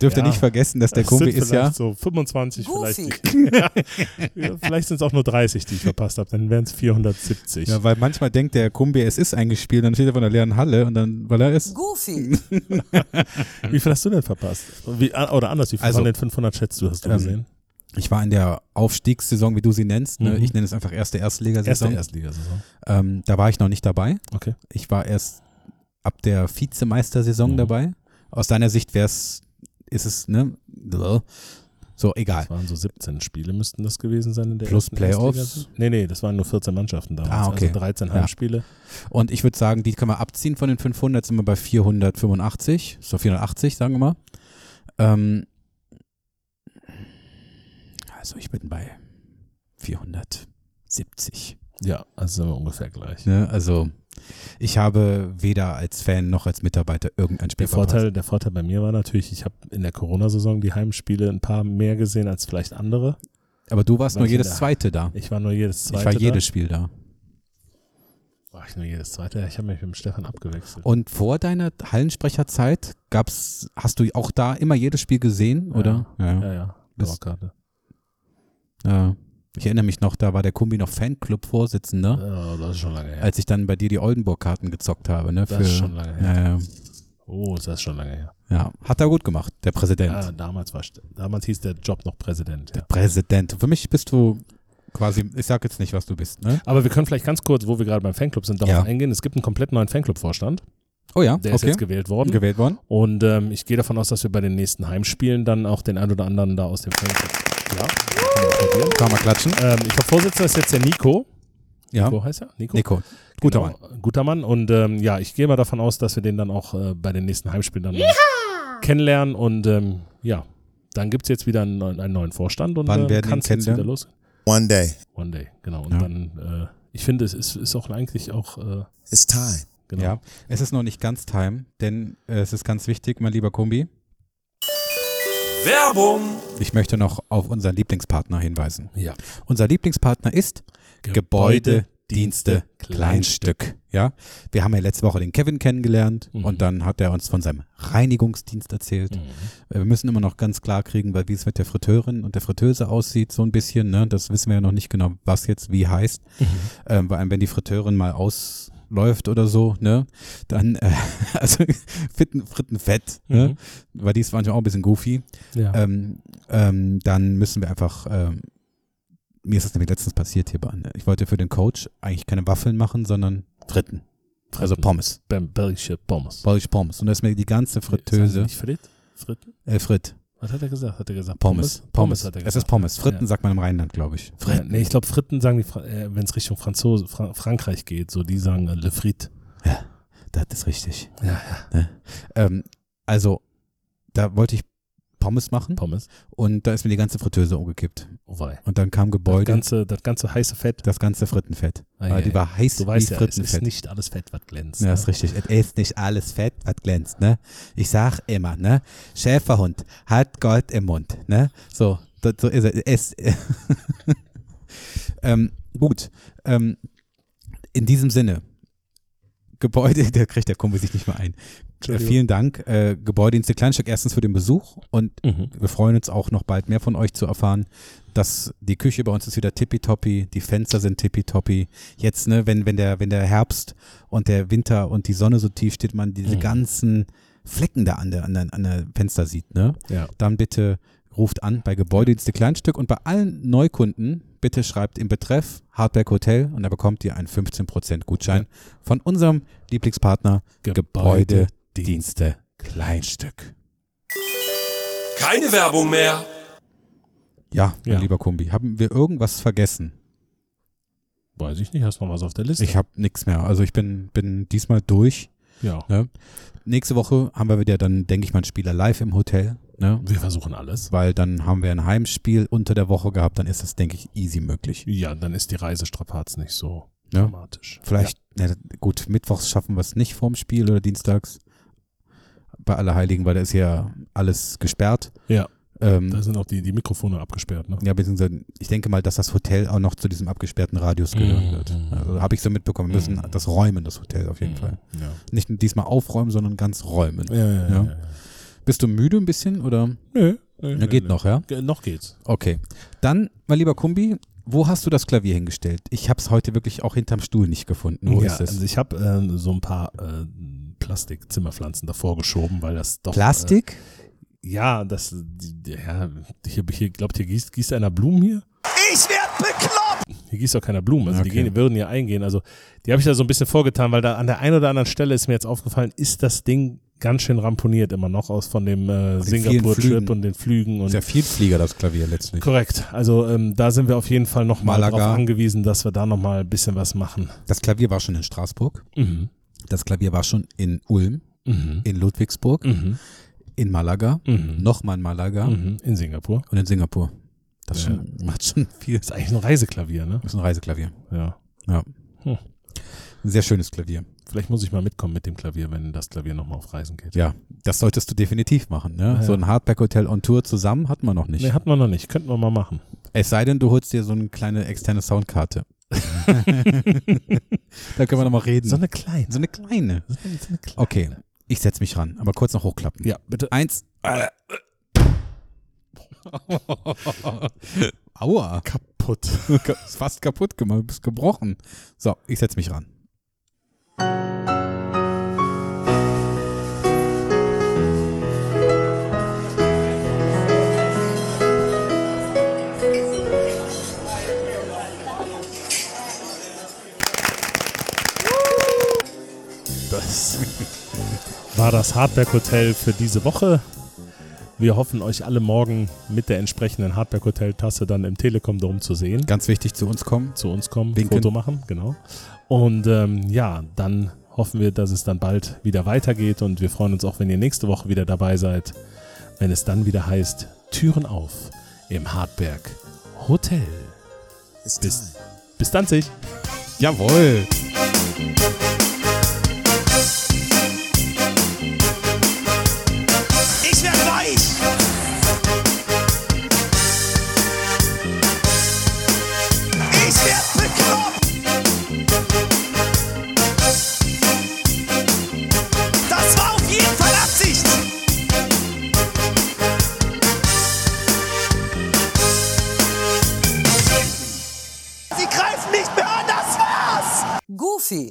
Speaker 1: Dürft ihr
Speaker 2: Ja.
Speaker 1: nicht vergessen, dass der
Speaker 2: Das
Speaker 1: Kumbi
Speaker 2: sind
Speaker 1: ist ja
Speaker 2: vielleicht So 25
Speaker 6: Goofy.
Speaker 2: *laughs* vielleicht. Ja, vielleicht sind es auch nur 30, die ich verpasst habe. Dann wären es 470.
Speaker 1: Ja, weil manchmal denkt der Kumbi, es ist eingespielt, dann steht er von der leeren Halle und dann, weil er ist.
Speaker 6: Goofy.
Speaker 2: wie viel hast du denn verpasst? Wie, ah, oder anders, wie viel
Speaker 1: Also-
Speaker 2: von den 500 schätzt du, hast du
Speaker 1: Ähm,
Speaker 2: gesehen?
Speaker 1: Ich war in der Aufstiegssaison, wie du sie nennst. Ne?
Speaker 2: Mhm.
Speaker 1: Ich nenne es einfach erste
Speaker 2: Erste
Speaker 1: Erstligasaison.
Speaker 2: Erstligasaison.
Speaker 1: Ähm, da war ich noch nicht dabei.
Speaker 2: Okay.
Speaker 1: Ich war erst ab der Vizemeistersaison
Speaker 2: Mhm.
Speaker 1: dabei. Aus deiner Sicht wär's, ist es, ne? So, egal.
Speaker 2: Das waren so 17 Spiele müssten das gewesen sein in der
Speaker 1: Plus
Speaker 2: ersten
Speaker 1: Playoffs?
Speaker 2: Erstligasaison. Nee, nee, das waren nur 14 Mannschaften damals.
Speaker 1: Ah, okay.
Speaker 2: Also 13
Speaker 1: Ja.
Speaker 2: Heimspiele.
Speaker 1: Und ich würde sagen, die können wir abziehen von den 500, sind wir bei 485, so 480, sagen wir mal. Ähm, also ich bin bei 470.
Speaker 2: Ja, also sind wir ungefähr gleich.
Speaker 1: Ne? Also ich habe weder als Fan noch als Mitarbeiter irgendein Spiel
Speaker 2: Der Vorteil, der Vorteil bei mir war natürlich, ich habe in der Corona-Saison die Heimspiele ein paar mehr gesehen als vielleicht andere.
Speaker 1: verpasst. Aber du warst
Speaker 2: Weil
Speaker 1: nur
Speaker 2: ich
Speaker 1: jedes
Speaker 2: in der-
Speaker 1: zweite da.
Speaker 2: Ich war nur jedes zweite.
Speaker 1: Ich war jedes
Speaker 2: Da.
Speaker 1: Spiel da.
Speaker 2: War ich nur jedes zweite. Ja, Ich habe mich mit dem Stefan abgewechselt.
Speaker 1: Und vor deiner Hallensprecherzeit gab's, hast du auch da immer jedes Spiel gesehen, oder?
Speaker 2: ja, ja. ne? ja.
Speaker 1: Das-
Speaker 2: Dauerkarte.
Speaker 1: Ja. Ich erinnere mich noch, da war der Kumbi noch Fanclub-Vorsitzender.
Speaker 2: Ja, das ist schon lange her.
Speaker 1: als ich dann bei dir die Oldenburg-Karten gezockt habe. Ne,
Speaker 2: Das
Speaker 1: für-
Speaker 2: ist schon lange her.
Speaker 1: Ja, ja.
Speaker 2: Oh, das ist schon lange her.
Speaker 1: ja, hat er gut gemacht, der Präsident.
Speaker 2: Ja, damals, war, Ste- damals hieß der Job noch Präsident. Ja.
Speaker 1: Präsident. Für mich bist du quasi, ich sag jetzt nicht, was du bist. Ne?
Speaker 2: Aber wir können vielleicht ganz kurz, wo wir gerade beim Fanclub sind, darauf
Speaker 1: Ja.
Speaker 2: eingehen. Es gibt einen komplett neuen Fanclub-Vorstand.
Speaker 1: Oh ja,
Speaker 2: Der ist
Speaker 1: okay.
Speaker 2: jetzt gewählt worden.
Speaker 1: gewählt worden.
Speaker 2: Und ähm, ich gehe davon aus, dass wir bei den nächsten Heimspielen dann auch den einen oder anderen da aus dem Fanclub. Ja. Kann man applaudieren.
Speaker 1: Kann man klatschen.
Speaker 2: Ähm, ich glaube, Vorsitzender ist jetzt der Nico.
Speaker 1: Ja,
Speaker 2: Wo heißt er? Nico.
Speaker 1: Nico. Guter Mann.
Speaker 2: Genau, Guter Mann. Und ähm, ja, ich gehe mal davon aus, dass wir den dann auch äh, bei den nächsten Heimspielen dann kennenlernen. Und ähm, ja, dann gibt es jetzt wieder einen, neuen- einen neuen Vorstand und
Speaker 1: Wann
Speaker 2: ähm,
Speaker 1: werden wir ihn
Speaker 2: kann's jetzt wieder
Speaker 1: kennenlernen?
Speaker 2: los.
Speaker 7: One day,
Speaker 2: One day, genau. Und
Speaker 1: Ja.
Speaker 2: dann, äh, ich finde, es ist, ist auch eigentlich auch, äh,
Speaker 7: it's time.
Speaker 2: genau.
Speaker 1: Ja, es ist noch nicht ganz time, denn äh, es ist ganz wichtig, mein lieber Kumbi.
Speaker 4: Werbung!
Speaker 1: Ich möchte noch auf unseren Lieblingspartner hinweisen.
Speaker 2: Ja.
Speaker 1: Unser Lieblingspartner ist Gebäudedienste Kleinstück. Ja, wir haben ja letzte Woche den Kevin kennengelernt
Speaker 2: Mhm.
Speaker 1: und dann hat er uns von seinem Reinigungsdienst erzählt.
Speaker 2: Mhm.
Speaker 1: Wir müssen immer noch ganz klar kriegen, weil wie es mit der Fritteurin und der Fritteuse aussieht, so ein bisschen. Ne? Das wissen wir ja noch nicht genau, was jetzt wie heißt.
Speaker 2: Mhm.
Speaker 1: Ähm, vor allem, wenn die Fritteurin mal ausläuft oder so, ne, dann äh, *laughs* also Fritten, Frittenfett, ne?
Speaker 2: Mhm.
Speaker 1: weil die ist manchmal auch ein bisschen goofy
Speaker 2: Ja.
Speaker 1: ähm, ähm, dann müssen wir einfach, ähm, mir ist das nämlich letztens passiert hier bei Anne. Ich wollte für den Coach eigentlich keine Waffeln machen, sondern Fritten. Also
Speaker 2: Fritten.
Speaker 1: Pommes.
Speaker 2: Bam- Belgische Pommes.
Speaker 1: Wollte ich Pommes. Und da ist mir die ganze
Speaker 2: Sagen wir
Speaker 1: Fritteuse,
Speaker 2: Nicht Frit? Fritten?
Speaker 1: äh, Fritt,
Speaker 2: Was hat er gesagt? Hat er gesagt
Speaker 1: Pommes.
Speaker 2: Pommes, hat er gesagt.
Speaker 1: Es ist Pommes. Fritten
Speaker 2: Ja.
Speaker 1: sagt man im Rheinland, glaube ich.
Speaker 2: Ja, nee, ich glaube, Fritten sagen die, Fra- äh, wenn es Richtung Franzose, Fra Frankreich geht, so die sagen äh, Le Frit.
Speaker 1: Das ist richtig.
Speaker 2: Ja,
Speaker 1: Ähm, also, da wollte ich Pommes machen
Speaker 2: Pommes.
Speaker 1: und da ist mir die ganze Fritteuse umgekippt.
Speaker 2: Oh wei.
Speaker 1: Und dann kam
Speaker 2: Das
Speaker 1: Gebäude,
Speaker 2: ganze, das ganze heiße Fett.
Speaker 1: das ganze Frittenfett.
Speaker 2: Ei,
Speaker 1: Weil
Speaker 2: ei,
Speaker 1: die war heiß
Speaker 2: Du weißt
Speaker 1: wie
Speaker 2: ja, es
Speaker 1: Frittenfett.
Speaker 2: ist nicht alles Fett, was glänzt. ne?
Speaker 1: Ja, ist richtig. Es ist nicht alles Fett, was glänzt, ne? Ich sag immer, ne? Schäferhund hat Gold im Mund, ne? So, das, so ist es. es *laughs* ähm, gut. Ähm, in diesem Sinne. Gebäude, *laughs* der kriegt der Kumpel sich nicht mehr ein. Äh,
Speaker 2: Entschuldigung.
Speaker 1: vielen Dank, äh, Gebäudeinste Kleinstück, erstens für den Besuch und
Speaker 2: Mhm.
Speaker 1: wir freuen uns auch noch bald mehr von euch zu erfahren, dass die Küche bei uns ist wieder tippitoppi, die Fenster sind tippitoppi. Jetzt, ne, wenn, wenn, der, wenn der Herbst und der Winter und die Sonne so tief steht, man diese
Speaker 2: Mhm.
Speaker 1: ganzen Flecken da an der, an der, an der Fenster sieht, ne?
Speaker 2: Ja.
Speaker 1: Dann bitte ruft an bei Gebäudedienste Kleinstück und bei allen Neukunden bitte schreibt im Betreff Hardberg Hotel und da bekommt ihr einen 15% Gutschein von unserem Lieblingspartner
Speaker 2: Gebäude-
Speaker 1: Gebäudedienste Kleinstück.
Speaker 4: Keine Werbung mehr.
Speaker 1: Ja, mein
Speaker 2: Ja.
Speaker 1: lieber Kumbi, haben wir irgendwas vergessen?
Speaker 2: Weiß ich nicht, hast du noch was auf der Liste?
Speaker 1: Ich habe nichts mehr. Also ich bin, bin diesmal durch.
Speaker 2: ja.
Speaker 1: Ne? Nächste Woche haben wir wieder dann, denke ich mal, einen Spieler live im Hotel. Ne?
Speaker 2: Wir versuchen alles.
Speaker 1: Weil dann haben wir ein Heimspiel unter der Woche gehabt. Dann ist das, denke ich, easy möglich.
Speaker 2: Ja, dann ist die Reisestrapaz nicht so
Speaker 1: Ja.
Speaker 2: dramatisch.
Speaker 1: Vielleicht, na, gut, mittwochs schaffen wir es nicht vorm Spiel oder dienstags. Bei Allerheiligen, weil da ist ja alles gesperrt.
Speaker 2: Ja.
Speaker 1: Ähm,
Speaker 2: Da sind auch die, die Mikrofone abgesperrt, ne?
Speaker 1: Ja, beziehungsweise ich denke mal, dass das Hotel auch noch zu diesem abgesperrten Radius gehören
Speaker 2: Mhm.
Speaker 1: wird. Also, habe ich so mitbekommen. Wir müssen
Speaker 2: Mhm.
Speaker 1: das räumen, das Hotel auf jeden Fall.
Speaker 2: Ja.
Speaker 1: Nicht diesmal aufräumen, sondern ganz räumen.
Speaker 2: Ja, ja,
Speaker 1: Ja.
Speaker 2: ja. ja, ja.
Speaker 1: Bist du müde ein bisschen oder?
Speaker 2: Nö. nö,
Speaker 1: Na,
Speaker 2: nö,
Speaker 1: geht
Speaker 2: nö.
Speaker 1: noch, ja?
Speaker 2: Ge- Noch geht's.
Speaker 1: Okay. Dann, mein lieber Kumbi, wo hast du das Klavier hingestellt? Ich habe es heute wirklich auch hinterm Stuhl nicht gefunden. Wo
Speaker 2: ja,
Speaker 1: ist es?
Speaker 2: Also ich habe ähm, so ein paar äh, Plastikzimmerpflanzen davor geschoben, weil das doch.
Speaker 1: Plastik?
Speaker 2: Äh, ja, das. die- die- Ja, hier, hier glaubt, hier gießt, gießt einer Blumen hier?
Speaker 7: Ich werd bekloppt!
Speaker 2: Hier gießt doch keiner Blumen. Also die
Speaker 1: Okay.
Speaker 2: gehen, würden ja eingehen. Also die habe ich da so ein bisschen vorgetan, weil da an der einen oder anderen Stelle ist mir jetzt aufgefallen, ist das Ding ganz schön ramponiert immer noch aus von dem äh,
Speaker 1: den vielen Flügen.
Speaker 2: Singapur-Trip und den Flügen und
Speaker 1: ist ja Vielflieger, das Klavier letztlich.
Speaker 2: Korrekt. Also ähm, da sind wir auf jeden Fall nochmal
Speaker 1: Malaga.
Speaker 2: darauf angewiesen, dass wir da nochmal ein bisschen was machen.
Speaker 1: Das Klavier war schon in Straßburg.
Speaker 2: Mhm.
Speaker 1: Das Klavier war schon in Ulm,
Speaker 2: Mhm.
Speaker 1: in Ludwigsburg,
Speaker 2: Mhm.
Speaker 1: in Malaga,
Speaker 2: Mhm.
Speaker 1: nochmal in Malaga
Speaker 2: Mhm. In Singapur.
Speaker 1: und in Singapur. Das schon, *laughs* macht schon viel.
Speaker 2: Ist eigentlich ein Reiseklavier, ne?
Speaker 1: Das ist ein Reiseklavier.
Speaker 2: Ja.
Speaker 1: Ja.
Speaker 2: Hm.
Speaker 1: Ein sehr schönes Klavier.
Speaker 2: Vielleicht muss ich mal mitkommen mit dem Klavier, wenn das Klavier nochmal auf Reisen geht.
Speaker 1: Ja, das solltest du definitiv machen. Ne?
Speaker 2: ja.
Speaker 1: So ein Hardback-Hotel on Tour zusammen hat man noch nicht.
Speaker 2: Nee, hatten wir noch nicht. Könnten wir mal machen.
Speaker 1: Es sei denn, du holst dir so eine kleine externe
Speaker 2: *laughs*
Speaker 1: Soundkarte. da können wir nochmal reden.
Speaker 2: So eine kleine.
Speaker 1: So eine kleine.
Speaker 2: So eine, so eine kleine.
Speaker 1: Okay, ich setz mich ran, aber kurz noch hochklappen.
Speaker 2: Ja, bitte. *laughs*
Speaker 1: Eins. Aua. Kaputt. Ist fast kaputt gemacht, bist gebrochen. So, ich setz mich ran.
Speaker 2: Das war das Hardberg Hotel für diese Woche. Wir hoffen, euch alle morgen mit der entsprechenden Hardberg Hotel Tasse dann im Telekom Dom zu sehen.
Speaker 1: Ganz wichtig zu uns kommen.
Speaker 2: zu uns kommen,
Speaker 1: Winken.
Speaker 2: Foto machen, genau. Und ähm, ja, dann hoffen wir, dass es dann bald wieder weitergeht und wir freuen uns auch, wenn ihr nächste Woche wieder dabei seid, wenn es dann wieder heißt Türen auf im Hartberg Hotel. Bis, bis dann sich.
Speaker 1: Jawohl.
Speaker 7: Ich werd weich! Ich werd bekloppt! Das war auf jeden Fall Absicht! Sie greifen nicht mehr an, das war's!
Speaker 6: Goofy,